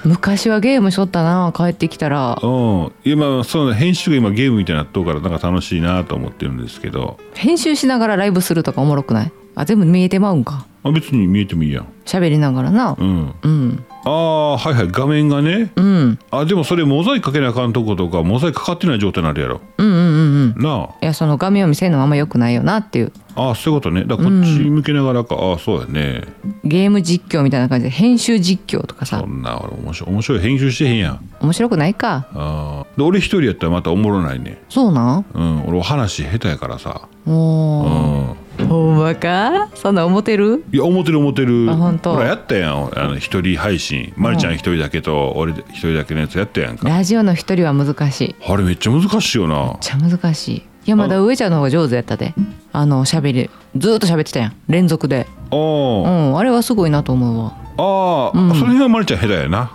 [SPEAKER 2] 昔はゲームしょったな帰ってきたら
[SPEAKER 1] う。うん。今、そうね、編集が今ゲームみたいになっとうからなんか楽しいなと思ってるんですけど。
[SPEAKER 2] 編集しながらライブするとかおもろくないあ全部見えてまうんか
[SPEAKER 1] あ別に見えてもいいやん。
[SPEAKER 2] 喋りながらな
[SPEAKER 1] うん。
[SPEAKER 2] うん
[SPEAKER 1] ああ、はいはい。画面がね。
[SPEAKER 2] うん
[SPEAKER 1] あ、でもそれモザイクかけなあかんとことか、モザイクかかってない状態になるやろ。
[SPEAKER 2] うんうんうんうん
[SPEAKER 1] なあ。
[SPEAKER 2] いやその画面を見せるのはあんま良くないよなっていう
[SPEAKER 1] ああそういうことねだからこっち向けながらか、ああそうやね
[SPEAKER 2] ゲーム実況みたいな感じで編集実況とかさ
[SPEAKER 1] そんな俺面白い面白い編集してへんやん
[SPEAKER 2] 面白くないか
[SPEAKER 1] あーで俺一人やったらまたおもろないね
[SPEAKER 2] そうなん
[SPEAKER 1] うん俺お話下手やからさうん
[SPEAKER 2] おーほんまかそんな思ってる
[SPEAKER 1] いや思ってる思ってる
[SPEAKER 2] あほんと
[SPEAKER 1] ほらやったやんあの一人配信まるちゃん一人だけと俺一人だけのやつやったやんか
[SPEAKER 2] ラジオの一人は難しいめっ
[SPEAKER 1] あれめっちゃ難しいよな
[SPEAKER 2] ちゃ難しいいやまだ上ちゃんの方が上手やったであの喋りずーっと喋ってたやん連続で
[SPEAKER 1] あー、
[SPEAKER 2] う
[SPEAKER 1] あ
[SPEAKER 2] んあれはすごいなと思うわ
[SPEAKER 1] あー、それはまるちゃん下手やな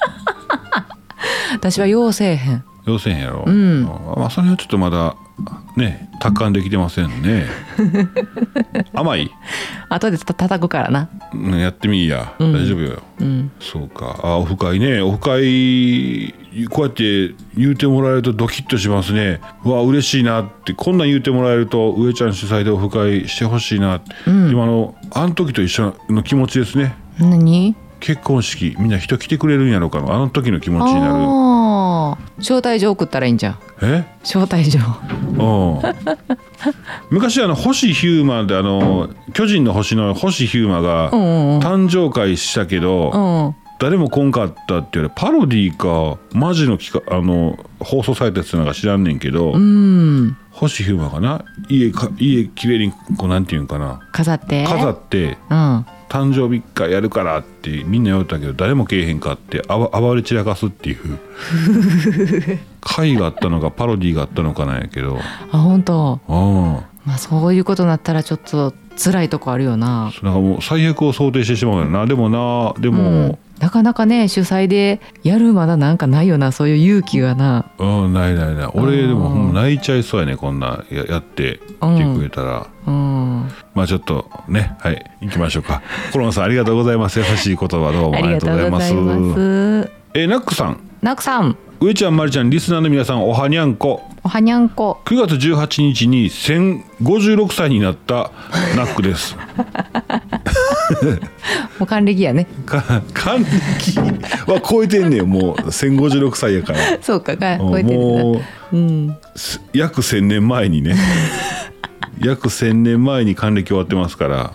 [SPEAKER 2] 私はようせえへん
[SPEAKER 1] 要せんやろ、
[SPEAKER 2] ん
[SPEAKER 1] あまあそれはちょっとまだね達観できてません ね甘い
[SPEAKER 2] 後でた叩くからな
[SPEAKER 1] うんやってみいや、大丈夫よ、そうかあオフ会ねオフ会こうやって言うてもらえるとドキッとしますねうわ嬉しいなってこんなん言うてもらえると上ちゃん主催でオフ会してほしいな、今のあの時と一緒の気持ちですね
[SPEAKER 2] 何
[SPEAKER 1] 結婚式みんな人来てくれるんやろうかなあの時の気持ちになる
[SPEAKER 2] ああ招待状送ったらいいんじゃん
[SPEAKER 1] え
[SPEAKER 2] 招待状
[SPEAKER 1] うん昔あの 星ヒューマンであの巨人の星の星ヒューマが
[SPEAKER 2] うんうんうん
[SPEAKER 1] 誕生会したけど、
[SPEAKER 2] うん
[SPEAKER 1] 誰も来んかったって言われパロディーかマジのきかあの放送されたやつなんか知らんねんけど、
[SPEAKER 2] うん
[SPEAKER 1] 星ヒューマンかな家か家きれいにこうなんていうんかな
[SPEAKER 2] 飾って
[SPEAKER 1] 飾って
[SPEAKER 2] うん
[SPEAKER 1] 誕生日会やるからってみんな言われたけど誰も来えへんかってあわ暴れ散らかすっていう 会があったのかパロディーがあったのかなんやけど
[SPEAKER 2] あ本当
[SPEAKER 1] うん。
[SPEAKER 2] まあそういうことになったらちょっと辛いとこあるよな
[SPEAKER 1] なんかもう最悪を想定してしまうよなでもなでも、
[SPEAKER 2] なかなかね主催でやるまだなんかないよなそういう勇気がな
[SPEAKER 1] うん、ないないない俺
[SPEAKER 2] うん
[SPEAKER 1] でもほんま泣いちゃいそうやねこんなんややって
[SPEAKER 2] うん
[SPEAKER 1] 来てくれたら、
[SPEAKER 2] うん
[SPEAKER 1] まあちょっとねはい行きましょうか コロンさんありがとうございます優しい言葉どうもあ
[SPEAKER 2] あ
[SPEAKER 1] り
[SPEAKER 2] り
[SPEAKER 1] がと
[SPEAKER 2] がと
[SPEAKER 1] う
[SPEAKER 2] う
[SPEAKER 1] ご
[SPEAKER 2] ご
[SPEAKER 1] ざい
[SPEAKER 2] ざい
[SPEAKER 1] ま
[SPEAKER 2] ますす
[SPEAKER 1] えーナックさん
[SPEAKER 2] ナクさん
[SPEAKER 1] 上ちゃんまりちゃんリスナーの皆さんおはにゃんこ
[SPEAKER 2] おはにゃんこ
[SPEAKER 1] 9月18日に1056歳になったナックです
[SPEAKER 2] もう還暦やね
[SPEAKER 1] か還暦は超えてんねんもう1056歳やから
[SPEAKER 2] そうかか
[SPEAKER 1] うん
[SPEAKER 2] 超えてる
[SPEAKER 1] も
[SPEAKER 2] な
[SPEAKER 1] う
[SPEAKER 2] うん
[SPEAKER 1] す約1,000年前にね 約1,000年前に還暦終わってますから、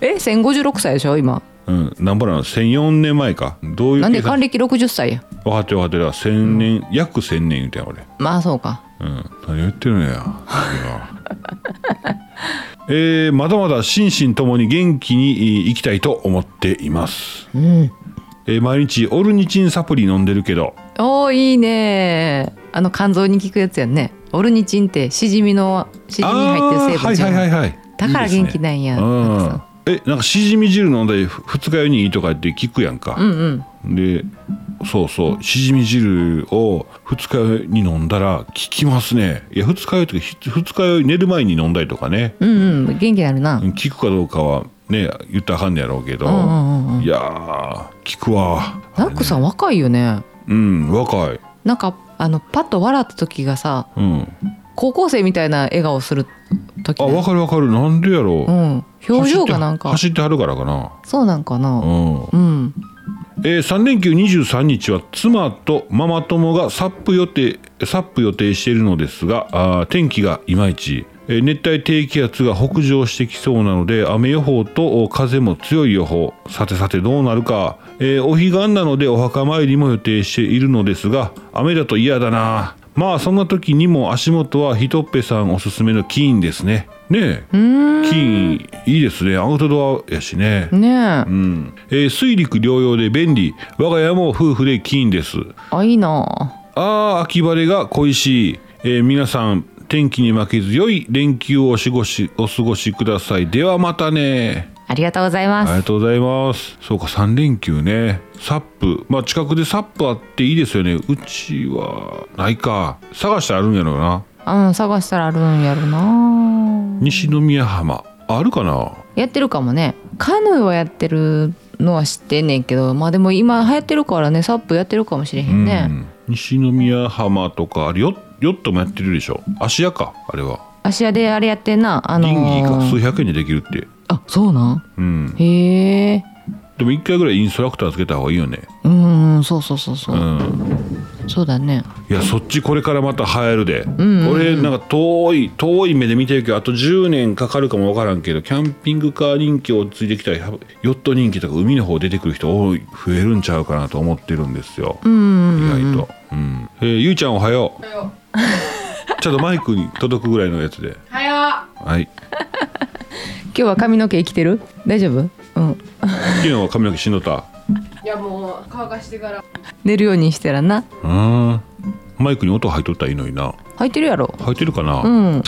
[SPEAKER 2] え1056歳でしょ今
[SPEAKER 1] うん、なんぼなの1,004年前かどういう
[SPEAKER 2] なんで
[SPEAKER 1] 計算
[SPEAKER 2] 還暦60歳や
[SPEAKER 1] 分かってる分かってる1,000年、約1,000年言うてん俺、
[SPEAKER 2] まあそうか
[SPEAKER 1] うん、何言ってるのや えーまだまだ心身ともに元気に生きたいと思っています、
[SPEAKER 2] うん
[SPEAKER 1] えー毎日オルニチンサプリ飲んでるけど
[SPEAKER 2] おーいいねあの肝臓に効くやつやんねオルニチンってしじみのしじみに入って
[SPEAKER 1] あ
[SPEAKER 2] る成分
[SPEAKER 1] ー
[SPEAKER 2] じゃ
[SPEAKER 1] はい
[SPEAKER 2] ん、
[SPEAKER 1] はいはいはい
[SPEAKER 2] だから元気なん
[SPEAKER 1] い
[SPEAKER 2] や
[SPEAKER 1] いですねうんえなんかしじみ汁飲んだりふ二日酔いにいいとか言って聞くやんか、
[SPEAKER 2] うんうん
[SPEAKER 1] でそうそうしじみ汁を二日酔いに飲んだら効きますねいや二日酔いとかひ二日酔い寝る前に飲んだりとかね
[SPEAKER 2] うんうん元気になるな
[SPEAKER 1] 効くかどうかはね言ったらあかんねやろうけど、
[SPEAKER 2] うんうんうん
[SPEAKER 1] いやー効くわ
[SPEAKER 2] ナックさん若いよね
[SPEAKER 1] うん若い
[SPEAKER 2] なんかあのパッと笑った時がさ
[SPEAKER 1] うん
[SPEAKER 2] 高校生みたいな笑顔する時
[SPEAKER 1] あ
[SPEAKER 2] ね
[SPEAKER 1] わかるわかるなんでやろう、
[SPEAKER 2] うん表情がなんか
[SPEAKER 1] 走ってはるからかな
[SPEAKER 2] そうなんか
[SPEAKER 1] う
[SPEAKER 2] なんうん
[SPEAKER 1] えー、3連休23日は妻とママ友がサップ予定サップ予定しているのですがあー天気がいまいち、えー熱帯低気圧が北上してきそうなので雨予報とお風も強い予報さてさてどうなるか、えーお彼岸なのでお墓参りも予定しているのですが雨だと嫌だなまあそんな時にも足元はひとっぺさんおすすめのキーンですねねえキーンいいですねアウトドアやしね
[SPEAKER 2] ねえ
[SPEAKER 1] うんえー水陸両用で便利我が家も夫婦で金です
[SPEAKER 2] あいいな
[SPEAKER 1] あー秋晴れが恋しい、えー皆さん天気に負けず良い連休をお過ごしお過ごしくださいではまたね
[SPEAKER 2] ありがとうございま
[SPEAKER 1] あり
[SPEAKER 2] す
[SPEAKER 1] がとうございますそうか3連休ねサップまあ近くでサップあっていいですよねうちはないか探してあるんやろうな
[SPEAKER 2] うん探したらあるんやろな
[SPEAKER 1] 西宮浜あるかな
[SPEAKER 2] やってるかもねカヌーはやってるのは知ってんねんけどまあでも今流行ってるからねサップやってるかもしれへんね、
[SPEAKER 1] うん西宮浜とかあれヨヨットもやってるでしょ芦屋かあれは
[SPEAKER 2] 芦屋であれやってんなあのー
[SPEAKER 1] 倫理が数百円でできるって
[SPEAKER 2] あそうなん
[SPEAKER 1] うん
[SPEAKER 2] へえ
[SPEAKER 1] でも一回ぐらいインストラクターつけた方がいいよね
[SPEAKER 2] うんうんそうそうそうそうう、
[SPEAKER 1] ん
[SPEAKER 2] そうだね
[SPEAKER 1] いやそっちこれからまた流行るで、俺なんか遠い遠い目で見てるけどあと10年かかるかも分からんけどキャンピングカー人気をついてきたりヨット人気とか海の方出てくる人多い増えるんちゃうかなと思ってるんですよ、意外と、うんえーゆいちゃんおはよう ちょっとマイクに届くぐらいのやつで
[SPEAKER 2] はや
[SPEAKER 1] はい
[SPEAKER 2] 今日は髪の毛生きてる大丈夫うん
[SPEAKER 1] 昨日は髪の毛しんどった
[SPEAKER 3] いやもう乾かしてから
[SPEAKER 2] 寝るようにしてらな
[SPEAKER 1] うんマイクに音入っとったらいいのにな
[SPEAKER 2] 履いてるやろ
[SPEAKER 1] 入ってるかな、
[SPEAKER 2] うん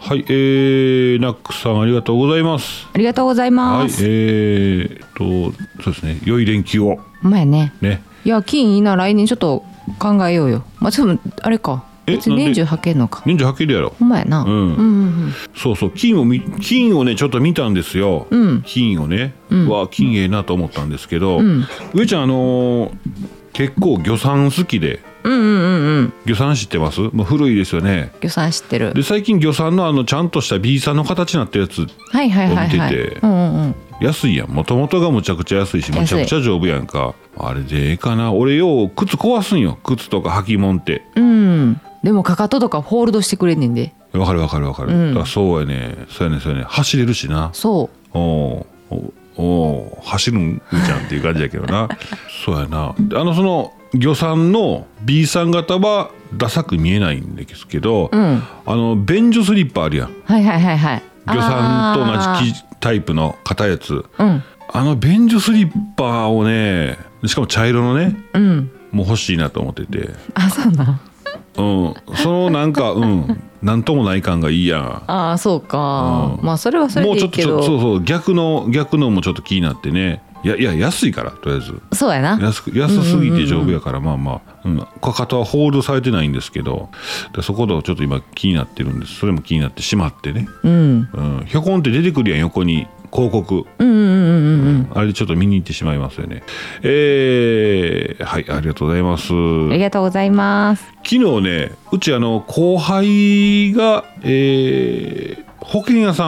[SPEAKER 1] はい、えー、ナックさんありがとうございます。
[SPEAKER 2] ありがとうござい
[SPEAKER 1] はい
[SPEAKER 2] ま、す、
[SPEAKER 1] えー、と、そうですね、良い連休を、
[SPEAKER 2] ほんまやね
[SPEAKER 1] ね。
[SPEAKER 2] いや金いいな来年ちょっと考えようよまあちょっとあれか
[SPEAKER 1] え
[SPEAKER 2] 別に
[SPEAKER 1] なん
[SPEAKER 2] 年
[SPEAKER 1] で
[SPEAKER 2] 中履けんのか
[SPEAKER 1] 年中履けるやろ
[SPEAKER 2] ほんまやな、うんうんうん
[SPEAKER 1] そうそう金をみ金をねちょっと見たんですよ、
[SPEAKER 2] ん
[SPEAKER 1] 金をね、は金ええなと思ったんですけど、
[SPEAKER 2] ん
[SPEAKER 1] 上ちゃんあのー結構魚産好きで
[SPEAKER 2] うんうんうんうん
[SPEAKER 1] 魚産知ってますもう古いですよね
[SPEAKER 2] 魚さん知ってる
[SPEAKER 1] で最近魚産のあのちゃんとした B さんの形になったやつ
[SPEAKER 2] はいはいはいはい
[SPEAKER 1] 見てて
[SPEAKER 2] うんうんうん
[SPEAKER 1] 安いやんもともとがむちゃくちゃ安いしむちゃくちゃ丈夫やんかあれでええかな俺よう靴壊すんよ靴とか履物って
[SPEAKER 2] うんでもかかととかホールドしてくれんねんで
[SPEAKER 1] わかるわかるわかる、
[SPEAKER 2] うん
[SPEAKER 1] だからそうやねそうやねそうやね走れるしな
[SPEAKER 2] そ
[SPEAKER 1] おうおおう走るんうーちゃんっていう感じやけど なそうやなであのその魚さんの B さん型はダサく見えないんですけど、
[SPEAKER 2] ううん
[SPEAKER 1] あの便所スリッパあるやん
[SPEAKER 2] はいはいはいはい
[SPEAKER 1] 魚さんと同じ生地タイプの硬いやつ
[SPEAKER 2] あー
[SPEAKER 1] あの便所スリッパをねしかも茶色のね
[SPEAKER 2] うんうん
[SPEAKER 1] もう欲しいなと思ってて
[SPEAKER 2] あそうなん
[SPEAKER 1] うんそのなんかうんなんともない感がいいやん
[SPEAKER 2] ああそうか、
[SPEAKER 1] うん
[SPEAKER 2] まあそれはそれ
[SPEAKER 1] も
[SPEAKER 2] で
[SPEAKER 1] うちょ
[SPEAKER 2] いい
[SPEAKER 1] っと
[SPEAKER 2] け
[SPEAKER 1] ち
[SPEAKER 2] ど
[SPEAKER 1] ょそうそう逆の逆のもちょっと気になってねいやいや安いからとりあえず
[SPEAKER 2] そうやな
[SPEAKER 1] 安く安すぎて丈夫やから、まあまあ、うん、かかとはホールドされてないんですけどでそこでちょっと今気になってるんですそれも気になってしまってね、
[SPEAKER 2] うん
[SPEAKER 1] うん、ひょこんって出てくるやん横に広告、
[SPEAKER 2] うんうんうんうんうん
[SPEAKER 1] あれでちょっと見に行ってしまいますよねえー、はいありがとうございます
[SPEAKER 2] ありがとうございます
[SPEAKER 1] 昨日ねうちあの後輩が、えー保険屋さ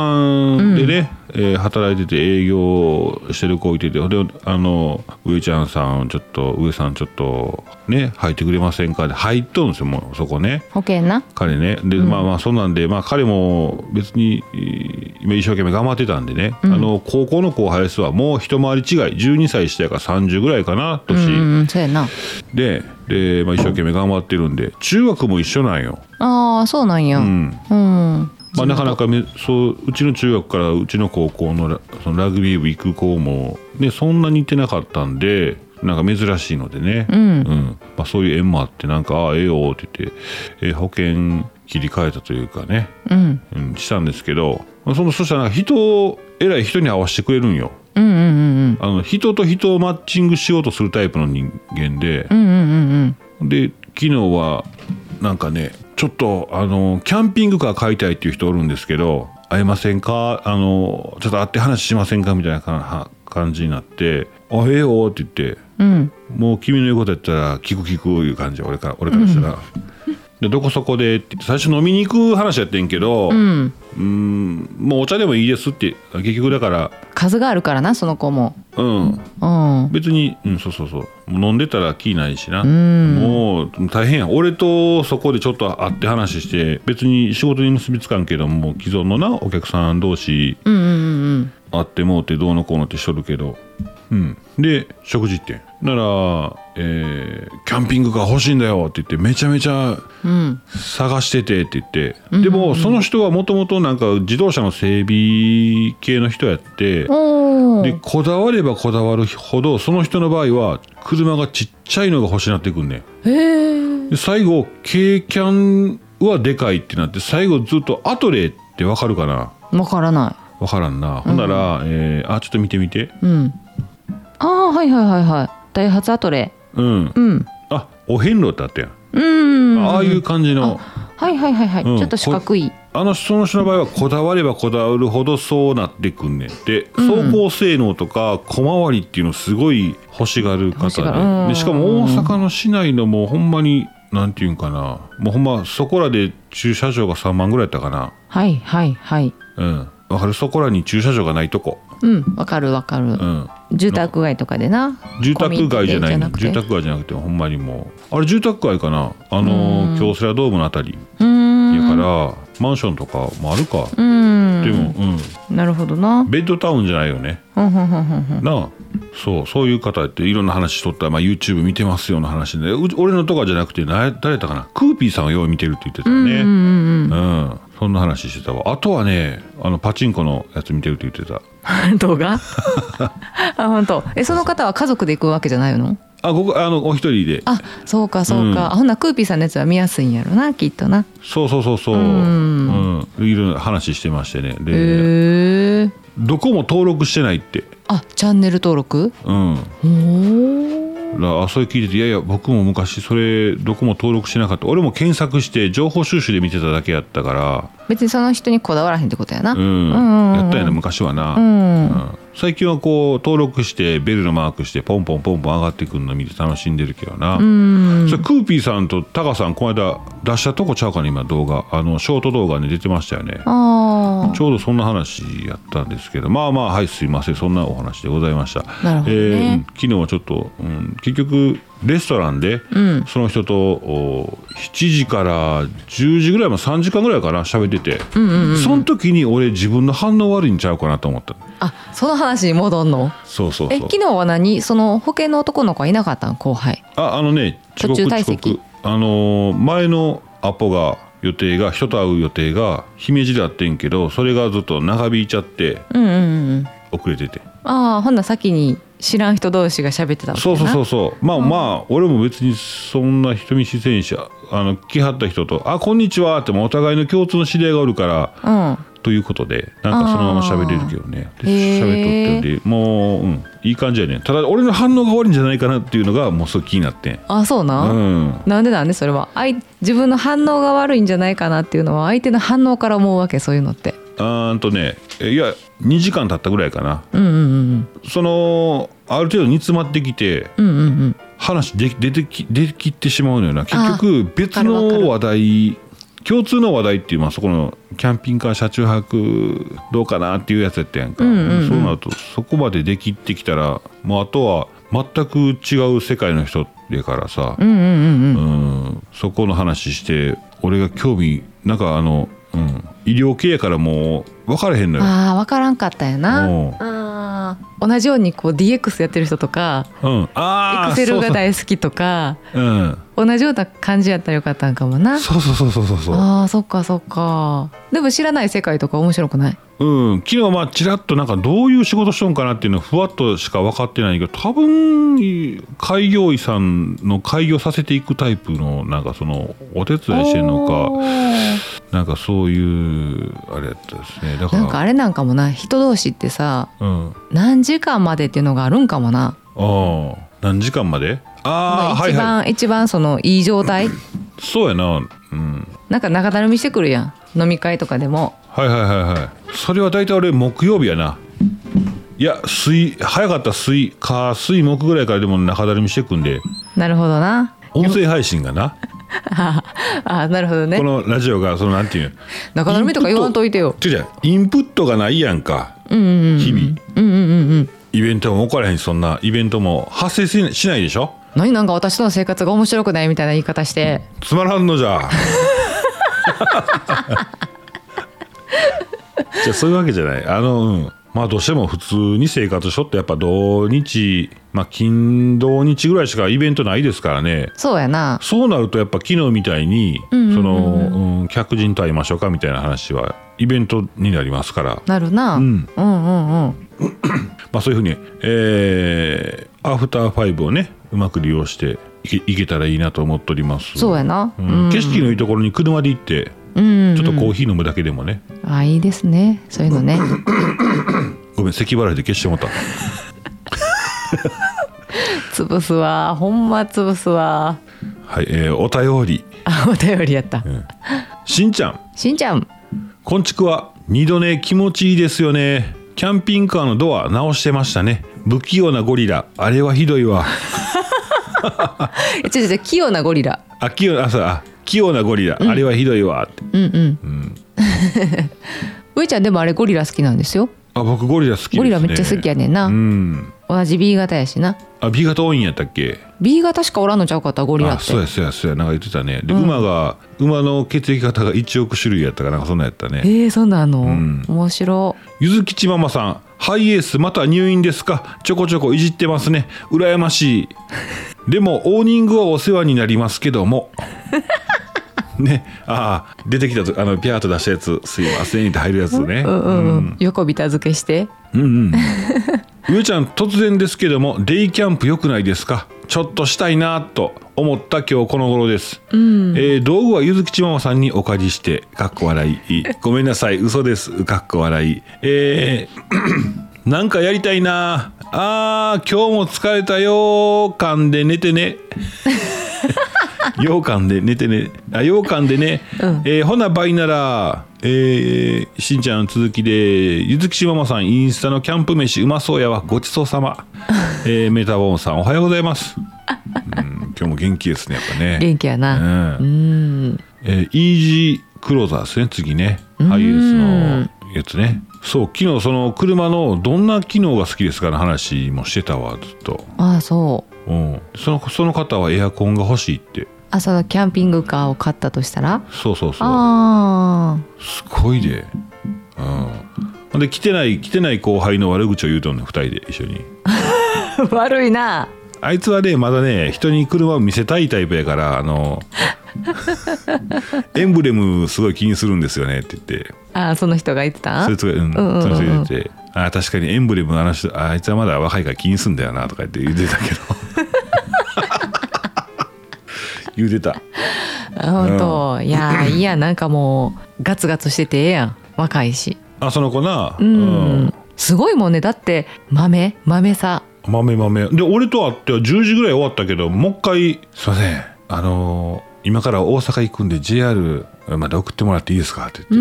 [SPEAKER 1] んでね、えー働いてて営業してる子いててであの上ちゃんさんちょっと上さんちょっとね入ってくれませんかで入っとるんですよもうそこね
[SPEAKER 2] 保険な
[SPEAKER 1] 彼ねで、まあまあそうなんで、まあ、彼も別にえー今一生懸命頑張ってたんでね、あの高校の後輩ですわもう一回り違い12歳下やから30ぐらいかな
[SPEAKER 2] うん
[SPEAKER 1] 年、
[SPEAKER 2] うんうんそうやな
[SPEAKER 1] でで、まあ、一生懸命頑張ってるんで中学も一緒なんよ、
[SPEAKER 2] ああそうなんやう、
[SPEAKER 1] うんんまあ、
[SPEAKER 2] そう
[SPEAKER 1] なかなかめそううちの中学からうちの高校のラそのラグビー部行く子も、ね、そんなに行ってなかったんでなんか珍しいのでね、
[SPEAKER 2] うん
[SPEAKER 1] まあ、そういう縁もあってなんか「ああええよ」って言って、えー保険切り替えたというかね、
[SPEAKER 2] うん
[SPEAKER 1] うん、したんですけど、まあ、そのそしたらなんか人を偉い人に合わせてくれるんよ
[SPEAKER 2] うんうんうん
[SPEAKER 1] あの人と人をマッチングしようとするタイプの人間で、
[SPEAKER 2] うんうんうんうんうん
[SPEAKER 1] で昨日はなんかねちょっとあのキャンピングカー買いたいっていう人おるんですけど会えませんかあのちょっと会って話しませんかみたいなかは感じになって「あええよ」って言って
[SPEAKER 2] うん
[SPEAKER 1] 「もう君の言うことやったら聞く聞く」いう感じ俺から俺からしたら。でどこそこでって言って最初飲みに行く話やってんけど、
[SPEAKER 2] うん
[SPEAKER 1] うんもうお茶でもいいですって結局だから
[SPEAKER 2] 数があるからなその子も
[SPEAKER 1] うん
[SPEAKER 2] うん
[SPEAKER 1] 別に、うん、そうそうそう飲んでたら気ないしな、
[SPEAKER 2] ん
[SPEAKER 1] もう大変や俺とそこでちょっと会って話して別に仕事に結びつかんけども既存のなお客さん同士
[SPEAKER 2] うんうんうん
[SPEAKER 1] 会ってもうてどうのこうのってしとるけど、うん、で食事行ってなら、えーキャンピングカー欲しいんだよ」って言ってめちゃめちゃ
[SPEAKER 2] うんうん
[SPEAKER 1] 探しててって言って、でもその人はもともとなんか自動車の整備系の人やって、
[SPEAKER 2] お
[SPEAKER 1] で
[SPEAKER 2] ー
[SPEAKER 1] こだわればこだわるほどその人の場合は車がちっちゃいのが欲しなってくんね
[SPEAKER 2] へえ
[SPEAKER 1] んで最後軽キャンはでかいってなって最後ずっとアトレってわかるかな
[SPEAKER 2] わからな
[SPEAKER 1] わからんなほんなら、えーあちょっと見てみて
[SPEAKER 2] いうんああはいはいはいはいダイハツアトレ
[SPEAKER 1] うん
[SPEAKER 2] うん
[SPEAKER 1] あお遍路ってあったやん、
[SPEAKER 2] うん
[SPEAKER 1] ああいう感じの
[SPEAKER 2] はいはいはいはい、
[SPEAKER 1] うん
[SPEAKER 2] ちょっと四角い
[SPEAKER 1] あのその人の場合はこだわればこだわるほどそうなってくんねんで走行性能とか小回りっていうのすごい欲しがる方
[SPEAKER 2] 欲しがるう
[SPEAKER 1] で
[SPEAKER 2] ん
[SPEAKER 1] でしかも大阪の市内のもうほんまになんていうんかなもうほんまそこらで駐車場が3万ぐらいやったかな
[SPEAKER 2] はいはいはい
[SPEAKER 1] うんわかるそこらに駐車場がないとこ、
[SPEAKER 2] うんわかるわかる、
[SPEAKER 1] うん、
[SPEAKER 2] 住宅街とかでな
[SPEAKER 1] 住宅街じゃない
[SPEAKER 2] コミュニティ
[SPEAKER 1] の
[SPEAKER 2] くて
[SPEAKER 1] 住宅街じゃなくてほんまにもうあれ住宅街かなあのー京セラドームのあたり
[SPEAKER 2] うーん
[SPEAKER 1] やからマンションとかもあるか
[SPEAKER 2] うーん
[SPEAKER 1] でもうん
[SPEAKER 2] なるほどな
[SPEAKER 1] ベッドタウンじゃないよね
[SPEAKER 2] ふんふんふんふんふん
[SPEAKER 1] なあそうそういう方っていろんな話しとったら、まあ、YouTube 見てますよの話でう俺のとかじゃなくてな誰だったかなクーピーさんをよう見てるって言ってたよね
[SPEAKER 2] うんうん
[SPEAKER 1] うんそんな話してたわあとはねあのパチンコのやつ見てるって言ってた
[SPEAKER 2] うん動 画あ本当えその方は家族で行くわけじゃないの
[SPEAKER 1] あここあのお一人で
[SPEAKER 2] あそうかそうか、
[SPEAKER 1] うん
[SPEAKER 2] あほんなクーピーさんのやつは見やすいんやろなきっとな
[SPEAKER 1] そうそうそうそううん、
[SPEAKER 2] ん
[SPEAKER 1] いろいろ話してましてねで
[SPEAKER 2] へえ
[SPEAKER 1] どこも登録してないって
[SPEAKER 2] あチャンネル登録
[SPEAKER 1] うん
[SPEAKER 2] おー
[SPEAKER 1] らあそれ聞いてていやいや僕も昔それどこも登録してなかった俺も検索して情報収集で見てただけやったか
[SPEAKER 2] 別にその人にこだわらへんってことやな
[SPEAKER 1] ら、うん
[SPEAKER 2] うんうん
[SPEAKER 1] やったんやな昔はな、
[SPEAKER 2] うん
[SPEAKER 1] うん最近はこう登録してベルのマークしてポンポンポンポン上がってくるの見て楽しんでるけどな、
[SPEAKER 2] うん
[SPEAKER 1] それクーピーさんとタカさんこの間出したとこちゃうかな今動画あのショート動画に出てましたよね
[SPEAKER 2] あ
[SPEAKER 1] ちょうどそんな話やったんですけどまあまあはいすいませんそんなお話でございました
[SPEAKER 2] なるほどね
[SPEAKER 1] ーうん昨日はちょっと、うん、結局レストランで、
[SPEAKER 2] ん
[SPEAKER 1] その人とお7時から10時ぐらいまで3時間ぐらいかな喋ってて、その時に俺自分の反応悪いんちゃうかなと思った
[SPEAKER 2] ああその話に戻んの
[SPEAKER 1] そうそう
[SPEAKER 2] え
[SPEAKER 1] そう
[SPEAKER 2] 昨日は何その保険の男の子はいなかったん後輩
[SPEAKER 1] ああのね遅刻
[SPEAKER 2] 途中退
[SPEAKER 1] 遅
[SPEAKER 2] 席
[SPEAKER 1] 刻あのー前のアポが予定が人と会う予定が姫路であってんけどそれがずっと長引いちゃって
[SPEAKER 2] うんうんうん
[SPEAKER 1] 遅れてて
[SPEAKER 2] ああほんなら先に知らん人同士が喋ってたわけ
[SPEAKER 1] そ
[SPEAKER 2] や
[SPEAKER 1] う
[SPEAKER 2] な
[SPEAKER 1] そうそうそうまあまあ、俺も別にそんな人見知り者あの来はった人と「あこんにちは」ってもお互いの共通の知り合いがおるから
[SPEAKER 2] うん
[SPEAKER 1] ということでなんかそのまま喋れるけどねで
[SPEAKER 2] へー
[SPEAKER 1] 喋っとってるんでもう、うん、いい感じやねただ俺の反応が悪いんじゃないかなっていうのがもうすごい気になってん
[SPEAKER 2] あそうな、
[SPEAKER 1] うんん
[SPEAKER 2] なんでなんでそれは相自分の反応が悪いんじゃないかなっていうのは相手の反応から思うわけそういうのって
[SPEAKER 1] あーんとねえいや2時間経ったぐらいかな
[SPEAKER 2] うんうんうん
[SPEAKER 1] そのある程度煮詰まってきて
[SPEAKER 2] うんうんうん
[SPEAKER 1] 話でき出てき出てきってしまうのよな結局別
[SPEAKER 2] わかるわかる
[SPEAKER 1] の話題共通の話題っていう、まあ、そこのキャンピングカー車中泊どうかなっていうやつやったやんか、
[SPEAKER 2] うんうんうん
[SPEAKER 1] そうなるとそこまでできってきたらもうあとは全く違う世界の人やからさ、
[SPEAKER 2] うんうんうんうん
[SPEAKER 1] うんそこの話して俺が興味なんかあの、うん、医療系やからもう分からへんのよ。
[SPEAKER 2] ああ分からんかったよな
[SPEAKER 1] うん
[SPEAKER 2] あー同じようにこう DX やってる人とか
[SPEAKER 1] うん、ああ
[SPEAKER 2] エクセルが大好きとか
[SPEAKER 1] そうそう,、うん、
[SPEAKER 2] 同じような感じやったらよかったんかもな
[SPEAKER 1] そうそうそうそうそうそう
[SPEAKER 2] あーそっかそっかでも知らない世界とか面白くない
[SPEAKER 1] うん昨日まあちらっとなんかどういう仕事しとんかなっていうのはふわっとしか分かってないけど多分開業医さんの開業させていくタイプのなんかそのお手伝いしてんの
[SPEAKER 2] お
[SPEAKER 1] か
[SPEAKER 2] ー
[SPEAKER 1] なんかそういうあれやったですねだから
[SPEAKER 2] なんかあれなんかもな人同士ってさ
[SPEAKER 1] うん、あ
[SPEAKER 2] 何時間までっていうのがあるんかもな
[SPEAKER 1] あ何時間までああ
[SPEAKER 2] まあ
[SPEAKER 1] はい
[SPEAKER 2] 一番、
[SPEAKER 1] はい
[SPEAKER 2] 一番そのいい状態
[SPEAKER 1] そうやなうん
[SPEAKER 2] なんか中だるみしてくるやん飲み会とかでも
[SPEAKER 1] はいはいはいはいそれは大体俺木曜日やないや水早かった水火水木ぐらいからでも中だるみしてくんで
[SPEAKER 2] なるほどな
[SPEAKER 1] 音声配信がな
[SPEAKER 2] あーあーなるほどね
[SPEAKER 1] このラジオがそのなんていうの
[SPEAKER 2] 中だるみとか言わんといてよ
[SPEAKER 1] てじゃインプットがないやんか
[SPEAKER 2] うんうんうん
[SPEAKER 1] 日々
[SPEAKER 2] うんうんうんうん
[SPEAKER 1] イベントも起こらへんしそんなイベントも発生しないしないでしょ
[SPEAKER 2] 何なんか私との生活が面白くないみたいな言い方して
[SPEAKER 1] つまらんのじ ゃじゃあそういうわけじゃないあのうんまあどうしても普通に生活しとってやっぱ土日まあ金土日ぐらいしかイベントないですからね
[SPEAKER 2] そうやな
[SPEAKER 1] そうなるとやっぱ昨日みたいに、
[SPEAKER 2] んうんうん
[SPEAKER 1] その、うん、客人と会いましょうかみたいな話はイベントになりますから、
[SPEAKER 2] なるな、
[SPEAKER 1] うん
[SPEAKER 2] うんうんうん
[SPEAKER 1] まあ、そういうふうに、えーアフターファイブをねうまく利用していけいけたらいいなと思っております
[SPEAKER 2] そうやな
[SPEAKER 1] う
[SPEAKER 2] うんん、
[SPEAKER 1] 景色のいいところに車で行って
[SPEAKER 2] うん
[SPEAKER 1] ちょっとコーヒー飲むだけでもね、
[SPEAKER 2] あいいですねそういうの ね
[SPEAKER 1] ごめん咳払いで消してもらった
[SPEAKER 2] 潰すわほんま潰すわ
[SPEAKER 1] はい、えーお便り
[SPEAKER 2] あお便りやった、
[SPEAKER 1] しんちゃん
[SPEAKER 2] しんちゃん
[SPEAKER 1] こんちくは二度寝気持ちいいですよねキャンピングカーのドア直してましたね不器用なゴリラあれはひどいわ
[SPEAKER 2] え違う違う器用なゴリラ
[SPEAKER 1] あ器用あそうあ器用なゴリラ、あれはひどいわって
[SPEAKER 2] うんうん、うん、上ちゃんでもあれゴリラ好きなんですよ
[SPEAKER 1] あ僕ゴリラ好きですね
[SPEAKER 2] ゴリラめっちゃ好きやねんな、
[SPEAKER 1] うん
[SPEAKER 2] 同じ B 型やしな
[SPEAKER 1] あ B 型多いんやったっけ
[SPEAKER 2] B 型しかおらんのちゃうかったゴリ
[SPEAKER 1] あ
[SPEAKER 2] ラって
[SPEAKER 1] そうやそうやそうやなんか言ってたねで、馬が馬の血液型が1億種類やったかなんかそんなんやったね
[SPEAKER 2] えー、そんなんあんの、
[SPEAKER 1] ん
[SPEAKER 2] 面白
[SPEAKER 1] ゆずきちママさんハイエースまた入院ですかちょこちょこいじってますね羨ましいでもオーニングはお世話になりますけど もねああ出てきたとあのピャーッと出したやつすいませんって入るやつね
[SPEAKER 2] うんうんうん横びた付けして
[SPEAKER 1] うんうん上ちゃん突然ですけどもデイキャンプ良くないですかちょっとしたいなと思った今日この頃です、えー道具はゆずきちママさんにお借りしてかっこ笑いごめんなさい嘘ですかっこ笑いえーなんかやりたいなあー今日も疲れたよー感で寝て ね羊羹で寝てねあ羊羹でね、
[SPEAKER 2] うん
[SPEAKER 1] えーほな倍ならえーしんちゃんの続きでゆずきしママさんインスタのキャンプ飯うまそうやわごちそうさま、えーメタボーンさんおはようございます、うん、今日も元気ですねやっぱね
[SPEAKER 2] 元気やな、
[SPEAKER 1] うんえーイージークローザーですね次ねハイエースのやつねそう昨日その車のどんな機能が好きですかの話もしてたわずっと、
[SPEAKER 2] ああそう
[SPEAKER 1] うん、そのその方はエアコンが欲しいって
[SPEAKER 2] あそのキャンピングカーを買ったとしたら
[SPEAKER 1] そうそうそう
[SPEAKER 2] あ
[SPEAKER 1] すごいでうんほんで来てない来てない後輩の悪口を言うとんねん二人で一緒に
[SPEAKER 2] あ 悪いな
[SPEAKER 1] あいつはねまだね人に車を見せたいタイプやからあ のエンブレムすごい気にするんですよねって言って
[SPEAKER 2] ああその人が言ってた
[SPEAKER 1] そいつが、うん、
[SPEAKER 2] うんうんうん
[SPEAKER 1] その人言ってて、あー確かにエンブレムの話、あーあいつはまだ若いから気にすんだよなとか言って言ってたけど。 言うてた。
[SPEAKER 2] あ本当いやーいやなんかもうガツガツしててええやん若いし
[SPEAKER 1] あ、その子な。
[SPEAKER 2] うん、すごいもんねだって豆豆さ
[SPEAKER 1] 豆豆。で、俺と会っては10時ぐらい終わったけど、もう一回、すいません。あのー今から大阪行くんで JR まで送ってもらっていいですかって言って。
[SPEAKER 2] う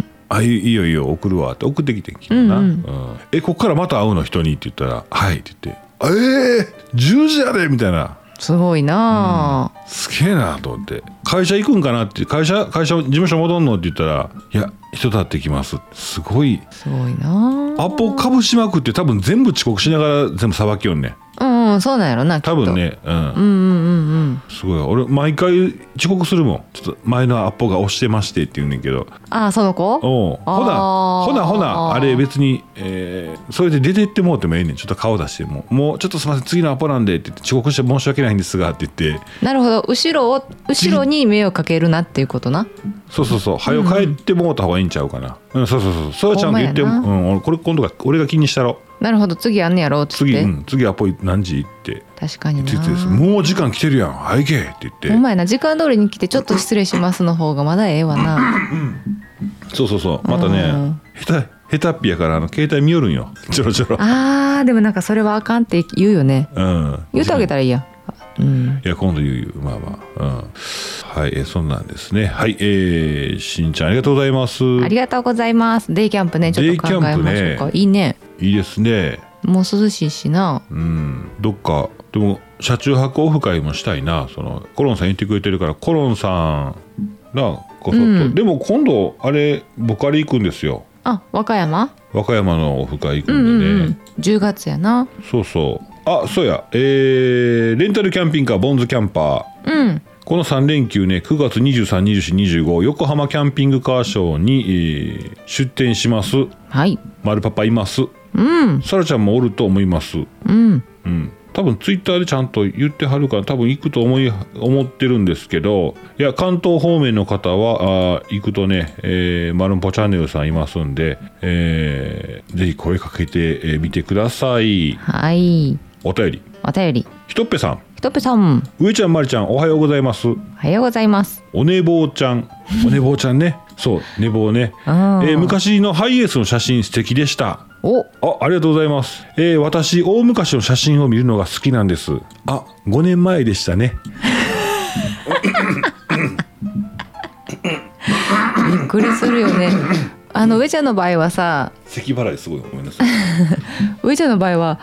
[SPEAKER 2] ん
[SPEAKER 1] あいいいいよいいよ送るわって送ってきてん昨日な、
[SPEAKER 2] うんうん
[SPEAKER 1] うんえこっからまた会うの人にって言ったら「はい」って言って「ええー、10時やで」みたいな
[SPEAKER 2] すごいなあ、
[SPEAKER 1] すげえなと思って会社行くんかなって会社会社事務所戻んのって言ったら「いや人立ってきます」すごい
[SPEAKER 2] すごいなあ
[SPEAKER 1] アポかぶしまくって多分全部遅刻しながら全部さばきよんね
[SPEAKER 2] うん、うん、そうなんやろなきっと
[SPEAKER 1] 多分ねうん、
[SPEAKER 2] うんうんうんうん
[SPEAKER 1] すごい俺毎回遅刻するもんちょっと前のアポが押してましてって言うねんけど
[SPEAKER 2] ああその子
[SPEAKER 1] おうほな
[SPEAKER 2] あー
[SPEAKER 1] ほなほなあれ別に、えーそれで出てってもうてもええねんちょっと顔出してもうもうちょっとすいません次のアポなんでって言って遅刻して申し訳ないんですがって言って
[SPEAKER 2] なるほど後ろを後ろに目をかけるなっていうことな
[SPEAKER 1] そうそうそう、早く帰ってもうた方がいいんちゃうかな。うん、そうそうそう、そうちゃんと言って
[SPEAKER 2] ほんまや
[SPEAKER 1] も、
[SPEAKER 2] な
[SPEAKER 1] うん、俺これ今度が、俺が気にしたろ。
[SPEAKER 2] なるほど次あんねやろっつっ
[SPEAKER 1] 次、
[SPEAKER 2] て、
[SPEAKER 1] うん、次アポイ何時って。
[SPEAKER 2] 確かに
[SPEAKER 1] って言ってです
[SPEAKER 2] な
[SPEAKER 1] もう時間来てるやん、はいけって
[SPEAKER 2] ほ
[SPEAKER 1] 言
[SPEAKER 2] ん
[SPEAKER 1] っ
[SPEAKER 2] まやな時間通りに来てちょっと失礼しますの方がまだええわ な
[SPEAKER 1] て。そうそうそう、またね、下手、下手っぴやから、あの携帯見よるんよ。 ちょろちょろ。
[SPEAKER 2] あーでもなんかそれはあかんって言うよね
[SPEAKER 1] うん。
[SPEAKER 2] 言うてあげたらいいやんうん
[SPEAKER 1] いや、今度言うよ、まあまあ、うん。はい、え、そんなんですね。はい、えー、しんちゃん、ありがとうございます。
[SPEAKER 2] ありがとうございますデイキャンプねちょっと考えましょうか、
[SPEAKER 1] デイキャンプ
[SPEAKER 2] いいね
[SPEAKER 1] いいですね。
[SPEAKER 2] もう涼しいしな
[SPEAKER 1] うん、どっかでも車中泊オフ会もしたいなそのコロンさん言ってくれてるからコロンさんがこそっと、
[SPEAKER 2] うん
[SPEAKER 1] でも今度あれボカリ行くんですよ
[SPEAKER 2] あ和歌山
[SPEAKER 1] 和歌山のオフ会行く
[SPEAKER 2] うんうんん
[SPEAKER 1] でね、
[SPEAKER 2] うん10月やな
[SPEAKER 1] そうそうあそうやえーレンタルキャンピングカーボンズキャンパー
[SPEAKER 2] うん
[SPEAKER 1] この3連休ね9月232425横浜キャンピングカーショーに、えー出店します
[SPEAKER 2] はい
[SPEAKER 1] 丸パパいます
[SPEAKER 2] うん
[SPEAKER 1] サラちゃんもおると思います
[SPEAKER 2] うん
[SPEAKER 1] うん、多分ツイッターでちゃんと言ってはるから多分行くと思い思ってるんですけどいや関東方面の方はあー行くとね、えー、マルンポチャンネルさんいますんで、えーぜひ声かけてえーみてください
[SPEAKER 2] はい
[SPEAKER 1] お便り
[SPEAKER 2] お便り
[SPEAKER 1] ひとっぺさん
[SPEAKER 2] ひとぺさん
[SPEAKER 1] 上ちゃんまりちゃんおはようございます
[SPEAKER 2] おはようございます
[SPEAKER 1] お寝坊ちゃんお寝坊ちゃんねそう寝坊ね、え
[SPEAKER 2] あー
[SPEAKER 1] ー昔のハイエースの写真素敵でした
[SPEAKER 2] お
[SPEAKER 1] あ、ありがとうございます。えー私、大昔の写真を見るのが好きなんです。あ、5年前でしたね。
[SPEAKER 2] びっくりするよねあの上ちゃんの場合はさ
[SPEAKER 1] 咳払いすごい、ごめんなさい。
[SPEAKER 2] 上ちゃんの場合は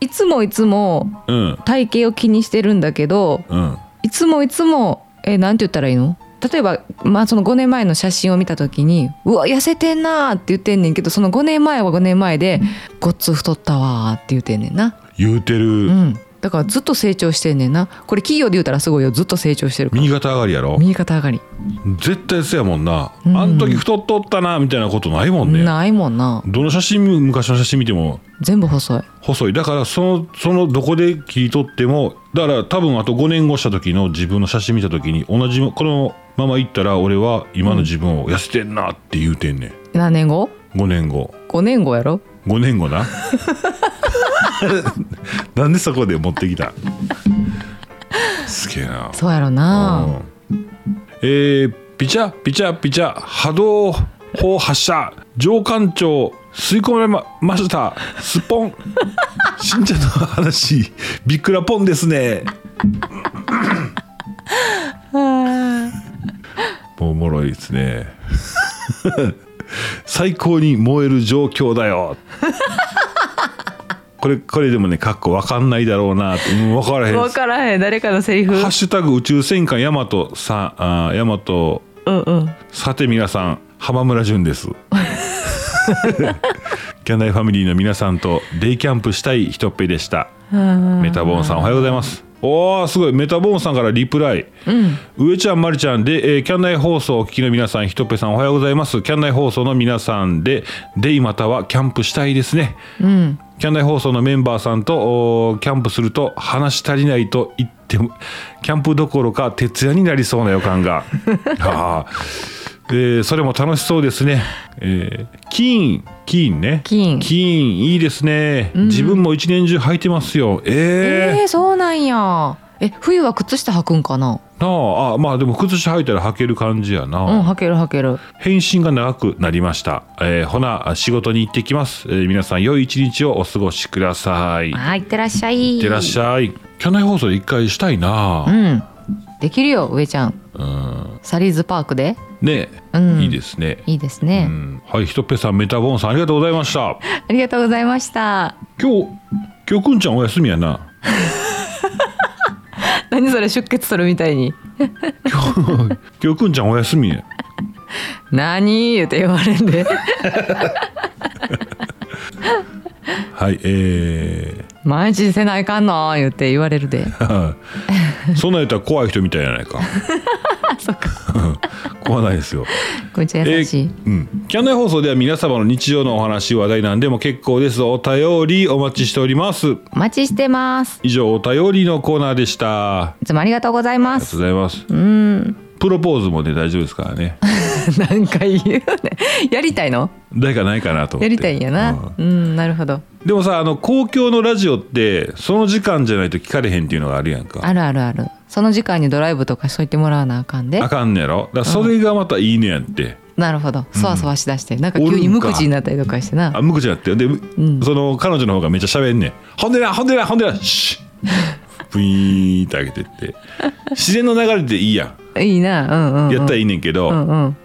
[SPEAKER 2] いつもいつも
[SPEAKER 1] うん、
[SPEAKER 2] 体型を気にしてるんだけど
[SPEAKER 1] うん、
[SPEAKER 2] いつもいつもえなんて言ったらいいの例えば、まあ、その5年前の写真を見た時に「うわ痩せてんな」って言ってんねんけどその5年前は5年前で「ごっつ太ったわ」って言ってんねんな、
[SPEAKER 1] 言うてる、
[SPEAKER 2] うん、だからずっと成長してんねんなこれ企業で言うたらすごいよずっと成長してるから
[SPEAKER 1] 右肩上がりやろ
[SPEAKER 2] 右肩上がり、
[SPEAKER 1] 絶対そうやもんな。
[SPEAKER 2] うん
[SPEAKER 1] あん時太っとったな、みたいなことないもんね。
[SPEAKER 2] ないもんな
[SPEAKER 1] どの写真、昔の写真見ても
[SPEAKER 2] 全部細い
[SPEAKER 1] 細い。だから、その、その、どこで切り取っても、だから多分あと5年後した時の自分の写真見た時に、同じ、このまま行ったら、俺は今の自分を痩せてんなって言うてんねん。
[SPEAKER 2] 何年後
[SPEAKER 1] 5年後。
[SPEAKER 2] 5年後やろ
[SPEAKER 1] 5年 後ななんでそこで持ってきたすげえな
[SPEAKER 2] そうやろな、
[SPEAKER 1] うんえーピチャピチャピチャ波動砲発射上官庁吸い込まれまましたすっぽんしんちゃんの話びっくらぽんですねもうおもろいですね最高に燃える状況だよこれこれでもねかっこ分かんないだろうなって、うん、分からへん
[SPEAKER 2] 分からへん誰かのセリフ
[SPEAKER 1] ハッシュタグ宇宙戦艦ヤマトさんあーヤマト
[SPEAKER 2] うんうん
[SPEAKER 1] さて皆さん浜村淳ですキャンダイファミリーの皆さんとデイキャンプしたいひとっぺでしたメタボーンさんおはようございますおーすごいメタボーンさんからリプライ、上ちゃんまりちゃんで、えーキャンナイ放送をお聞きの皆さんひとっぺさんおはようございますキャンナイ放送の皆さんでデイまたはキャンプしたいですね、キャンナイ放送のメンバーさんとおーキャンプすると話し足りないと言ってもキャンプどころか徹夜になりそうな予感があーえーそれも楽しそうですね、えー、キーンキーンね
[SPEAKER 2] キーン
[SPEAKER 1] キーンいいですね、自分も一年中履いてますよえー
[SPEAKER 2] えー、そうなんやえ冬は靴下履くんかな
[SPEAKER 1] なああまあでも靴下履いたら履ける感じやな、
[SPEAKER 2] うん履ける履ける
[SPEAKER 1] 返信が長くなりました、えーほな仕事に行ってきます、えー皆さん良い一日をお過ごしくださいいっ
[SPEAKER 2] はいいってらっしゃいいって
[SPEAKER 1] らっしゃい去年放送一回したいな
[SPEAKER 2] うんできるよ上ちゃん
[SPEAKER 1] うん
[SPEAKER 2] サリーズパークで
[SPEAKER 1] ね、
[SPEAKER 2] うん
[SPEAKER 1] いいですね
[SPEAKER 2] いいです
[SPEAKER 1] う
[SPEAKER 2] ね、
[SPEAKER 1] んはいひとっぺさんメタボーンさんありがとうございました
[SPEAKER 2] ありがとうございました
[SPEAKER 1] 今日今日くんちゃんお休みや な
[SPEAKER 2] 何それ出血するみたいに
[SPEAKER 1] 今日今日くんちゃんお休みや
[SPEAKER 2] 何言うて言われん で
[SPEAKER 1] はいえー、
[SPEAKER 2] 毎日せないかんの言うて言われる で
[SPEAKER 1] そんなん言ったら怖い人みたいじゃないか
[SPEAKER 2] そっか
[SPEAKER 1] 怖ないですよ
[SPEAKER 2] こんちゃん優しい、
[SPEAKER 1] えーうん、キャンナイ放送では皆様の日常のお話話題なんでも結構ですお便りお待ちしております
[SPEAKER 2] お待ちしてます
[SPEAKER 1] 以上お便りのコーナーでしたあ
[SPEAKER 2] いつもありがとうござい
[SPEAKER 1] り
[SPEAKER 2] ま
[SPEAKER 1] がと
[SPEAKER 2] す
[SPEAKER 1] うございますプロポーズもね大丈夫ですから ね
[SPEAKER 2] 何回言うねやりたいの
[SPEAKER 1] 誰かないかなと思って
[SPEAKER 2] やりたいんやなうん、なるほど
[SPEAKER 1] うんでもさあの公共のラジオってその時間じゃないと聞かれへんっていうのがあるやんか
[SPEAKER 2] あるあるあるその時間にドライブとかしといてもらわなあかんで
[SPEAKER 1] あかんねやろだからそれがまたいいねやって、
[SPEAKER 2] なるほどそわそわしだして、なんか急に無口になったりとかしてな
[SPEAKER 1] あ無口だってで、その彼女の方がめっちゃ喋んねん「ほんでなほんでなほんでな」シュッブイーンって上げてって自然の流れでいいや
[SPEAKER 2] いいなうんうん、うんん、
[SPEAKER 1] やったらいいねんけど、
[SPEAKER 2] うんうん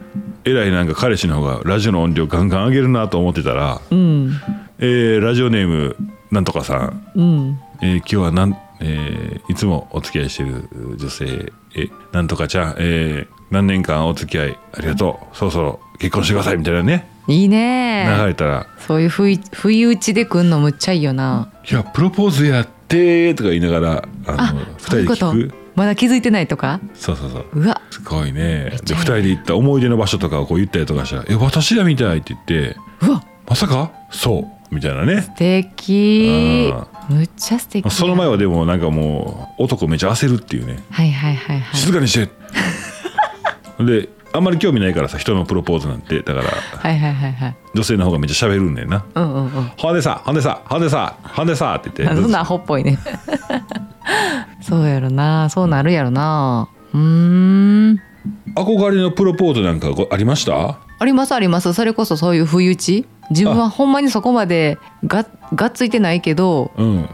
[SPEAKER 1] えらいなんか彼氏の方がラジオの音量ガンガン上げるなと思ってたら、
[SPEAKER 2] うん
[SPEAKER 1] えーラジオネームなんとかさん、
[SPEAKER 2] うん
[SPEAKER 1] えー今日はなん、えーいつもお付き合いしてる女性えなんとかちゃん、えー何年間お付き合いありがとうそろそろ結婚してくださいみたいなね
[SPEAKER 2] いい
[SPEAKER 1] 流
[SPEAKER 2] ね
[SPEAKER 1] れたら
[SPEAKER 2] そういう不意不意打ちでくんのむっちゃいいよない
[SPEAKER 1] やプロポーズやってとか言いながらあ
[SPEAKER 2] あ
[SPEAKER 1] の二
[SPEAKER 2] そう
[SPEAKER 1] 人
[SPEAKER 2] いう
[SPEAKER 1] で
[SPEAKER 2] こと
[SPEAKER 1] 聞く
[SPEAKER 2] まだ気づいてないとか
[SPEAKER 1] そうそうそう
[SPEAKER 2] うわ
[SPEAKER 1] すごいね
[SPEAKER 2] っ
[SPEAKER 1] で
[SPEAKER 2] ちゃいい
[SPEAKER 1] 二人で行った思い出の場所とかをこう言ったりとかしたら「え私だみたい」って言って
[SPEAKER 2] うわ
[SPEAKER 1] 「まさかそう」みたいなね
[SPEAKER 2] 素敵むっちゃ素敵や
[SPEAKER 1] その前はでもなんかもう男めちゃ焦るっていうね
[SPEAKER 2] はいはいはいはい
[SPEAKER 1] 静かにして であんまり興味ないからさ人のプロポーズなんてだから
[SPEAKER 2] はいはいはいはい
[SPEAKER 1] 女性の方がめっちゃ喋るんだよな
[SPEAKER 2] うんうんうん
[SPEAKER 1] 「ほんでさほんでさほんでさほんでさ」って言
[SPEAKER 2] あ
[SPEAKER 1] って
[SPEAKER 2] そんなアホっぽいね そうやろなそうなるやろなうーん
[SPEAKER 1] 憧れのプロポーズなんかこうありました
[SPEAKER 2] ありますありますそれこそそういう不意打ち自分
[SPEAKER 1] あ
[SPEAKER 2] はほんまにそこまでががっついてないけど
[SPEAKER 1] うん
[SPEAKER 2] っ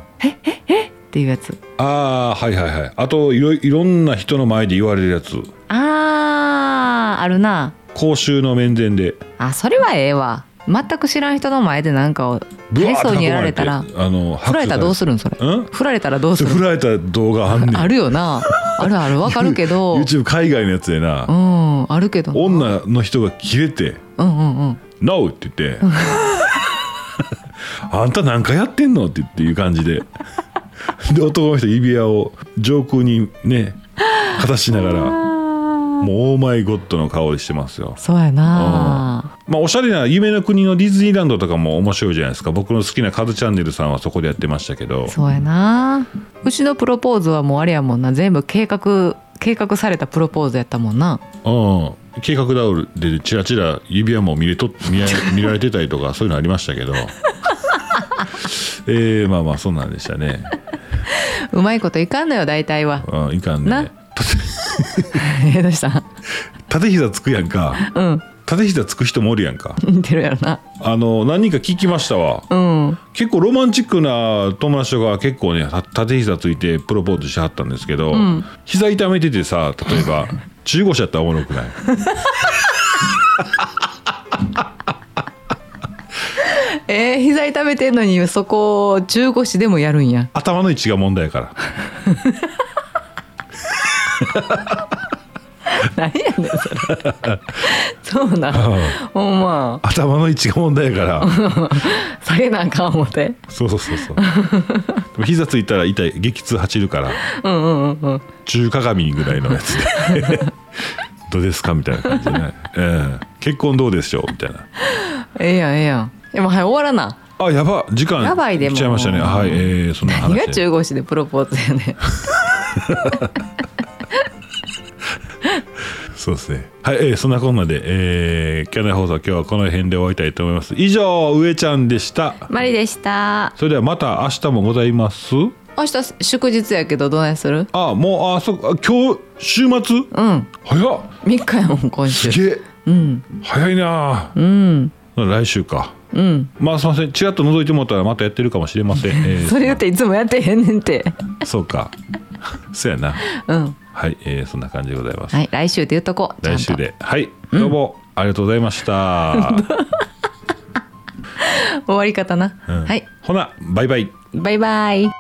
[SPEAKER 2] ていうやつ
[SPEAKER 1] ああはいはいはいあといろいろんな人の前で言われるやつ
[SPEAKER 2] あーあるな
[SPEAKER 1] 公衆の面前で
[SPEAKER 2] あそれはええわ全く知らん人の前でなんかを
[SPEAKER 1] ブワ
[SPEAKER 2] 大
[SPEAKER 1] ーって
[SPEAKER 2] 層
[SPEAKER 1] 囲ま
[SPEAKER 2] にやられたら
[SPEAKER 1] てあの
[SPEAKER 2] 振られたらどうするんそれ
[SPEAKER 1] ん
[SPEAKER 2] 振られたらどうする
[SPEAKER 1] 振られた動画あんねん
[SPEAKER 2] あるよなあるあるわかるけ ど
[SPEAKER 1] YouTube 海外のやつでな、
[SPEAKER 2] うんあるけどうん
[SPEAKER 1] 女の人がキレて
[SPEAKER 2] うんうん
[SPEAKER 1] 「NO!」って言 って「あんた何回やってんの?」って言っていう感じでで男の人指輪を上空にねかたしながらもうオーマイゴッドの顔してますよ
[SPEAKER 2] そうやな
[SPEAKER 1] まあおしゃれな夢の国のディズニーランドとかも面白いじゃないですか僕の好きなカズチャンネルさんはそこでやってましたけど
[SPEAKER 2] そうやなうちのプロポーズはもうあれやもんな全部計画計画されたプロポーズやったもんな
[SPEAKER 1] うん計画ダウルでチラチラ指輪も見れと見ら見られてたりとかそういうのありましたけ どえー、まあまあそんなんでしたね
[SPEAKER 2] うまいこといかんのよ大体は
[SPEAKER 1] うんいかんね
[SPEAKER 2] などうした
[SPEAKER 1] 縦膝つくやんか
[SPEAKER 2] うん
[SPEAKER 1] 縦膝つく人もおるやんか
[SPEAKER 2] 似てるやろな
[SPEAKER 1] あの何人か聞きましたわ
[SPEAKER 2] うん
[SPEAKER 1] 結構ロマンチックな友達とか結構ねた縦膝ついてプロポーズしはったんですけど、膝痛めててさ例えば中腰やったらおもろくない
[SPEAKER 2] えー、膝痛めてんのにそこを中腰でもやるんや
[SPEAKER 1] 頭の位置が問題や から
[SPEAKER 2] 何やねんそれそうな ほんま
[SPEAKER 1] 頭の位置が問題やから
[SPEAKER 2] 下げなあかん思て
[SPEAKER 1] そうそうそうそうでも膝ついたら痛い激痛走るから
[SPEAKER 2] うんうんうんうん
[SPEAKER 1] 中鏡ぐらいのやつで どうですかみたいな感じでね、ええ結婚どうでしょうみたいな
[SPEAKER 2] ええやんええやんでもはい終わらな
[SPEAKER 1] あやば時間
[SPEAKER 2] やばいでも
[SPEAKER 1] 来ちゃいましたねはいええそんな
[SPEAKER 2] 何が
[SPEAKER 1] 話で
[SPEAKER 2] 中腰でプロポーズやねん
[SPEAKER 1] そうですねはい、ええそんなこんなで、えー、キャナイ放送今日はこの辺で終わりたいと思います以上上ちゃんでした
[SPEAKER 2] マリでした
[SPEAKER 1] それではまた明日もございます
[SPEAKER 2] 明日祝日やけどどないする
[SPEAKER 1] あもうあそっか今日週末
[SPEAKER 2] うん
[SPEAKER 1] 早っ
[SPEAKER 2] 3日やもん今
[SPEAKER 1] す
[SPEAKER 2] 週
[SPEAKER 1] げえ
[SPEAKER 2] うん
[SPEAKER 1] 早いなあ
[SPEAKER 2] うん
[SPEAKER 1] 来週か
[SPEAKER 2] うん
[SPEAKER 1] まあすいませんちらっと覗いてもらったらまたやってるかもしれません、ええ
[SPEAKER 2] それ言っていつもやってへんねんて
[SPEAKER 1] そうか。そうやな。
[SPEAKER 2] うん
[SPEAKER 1] はい、えーそんな感じでございます。
[SPEAKER 2] はい来週って言っとこうちゃん
[SPEAKER 1] 来
[SPEAKER 2] と
[SPEAKER 1] 週で。はい、どうも、ありがとうございま した。
[SPEAKER 2] 終わり方な、
[SPEAKER 1] うん
[SPEAKER 2] はい
[SPEAKER 1] ほな、バイバイ。
[SPEAKER 2] バイバイ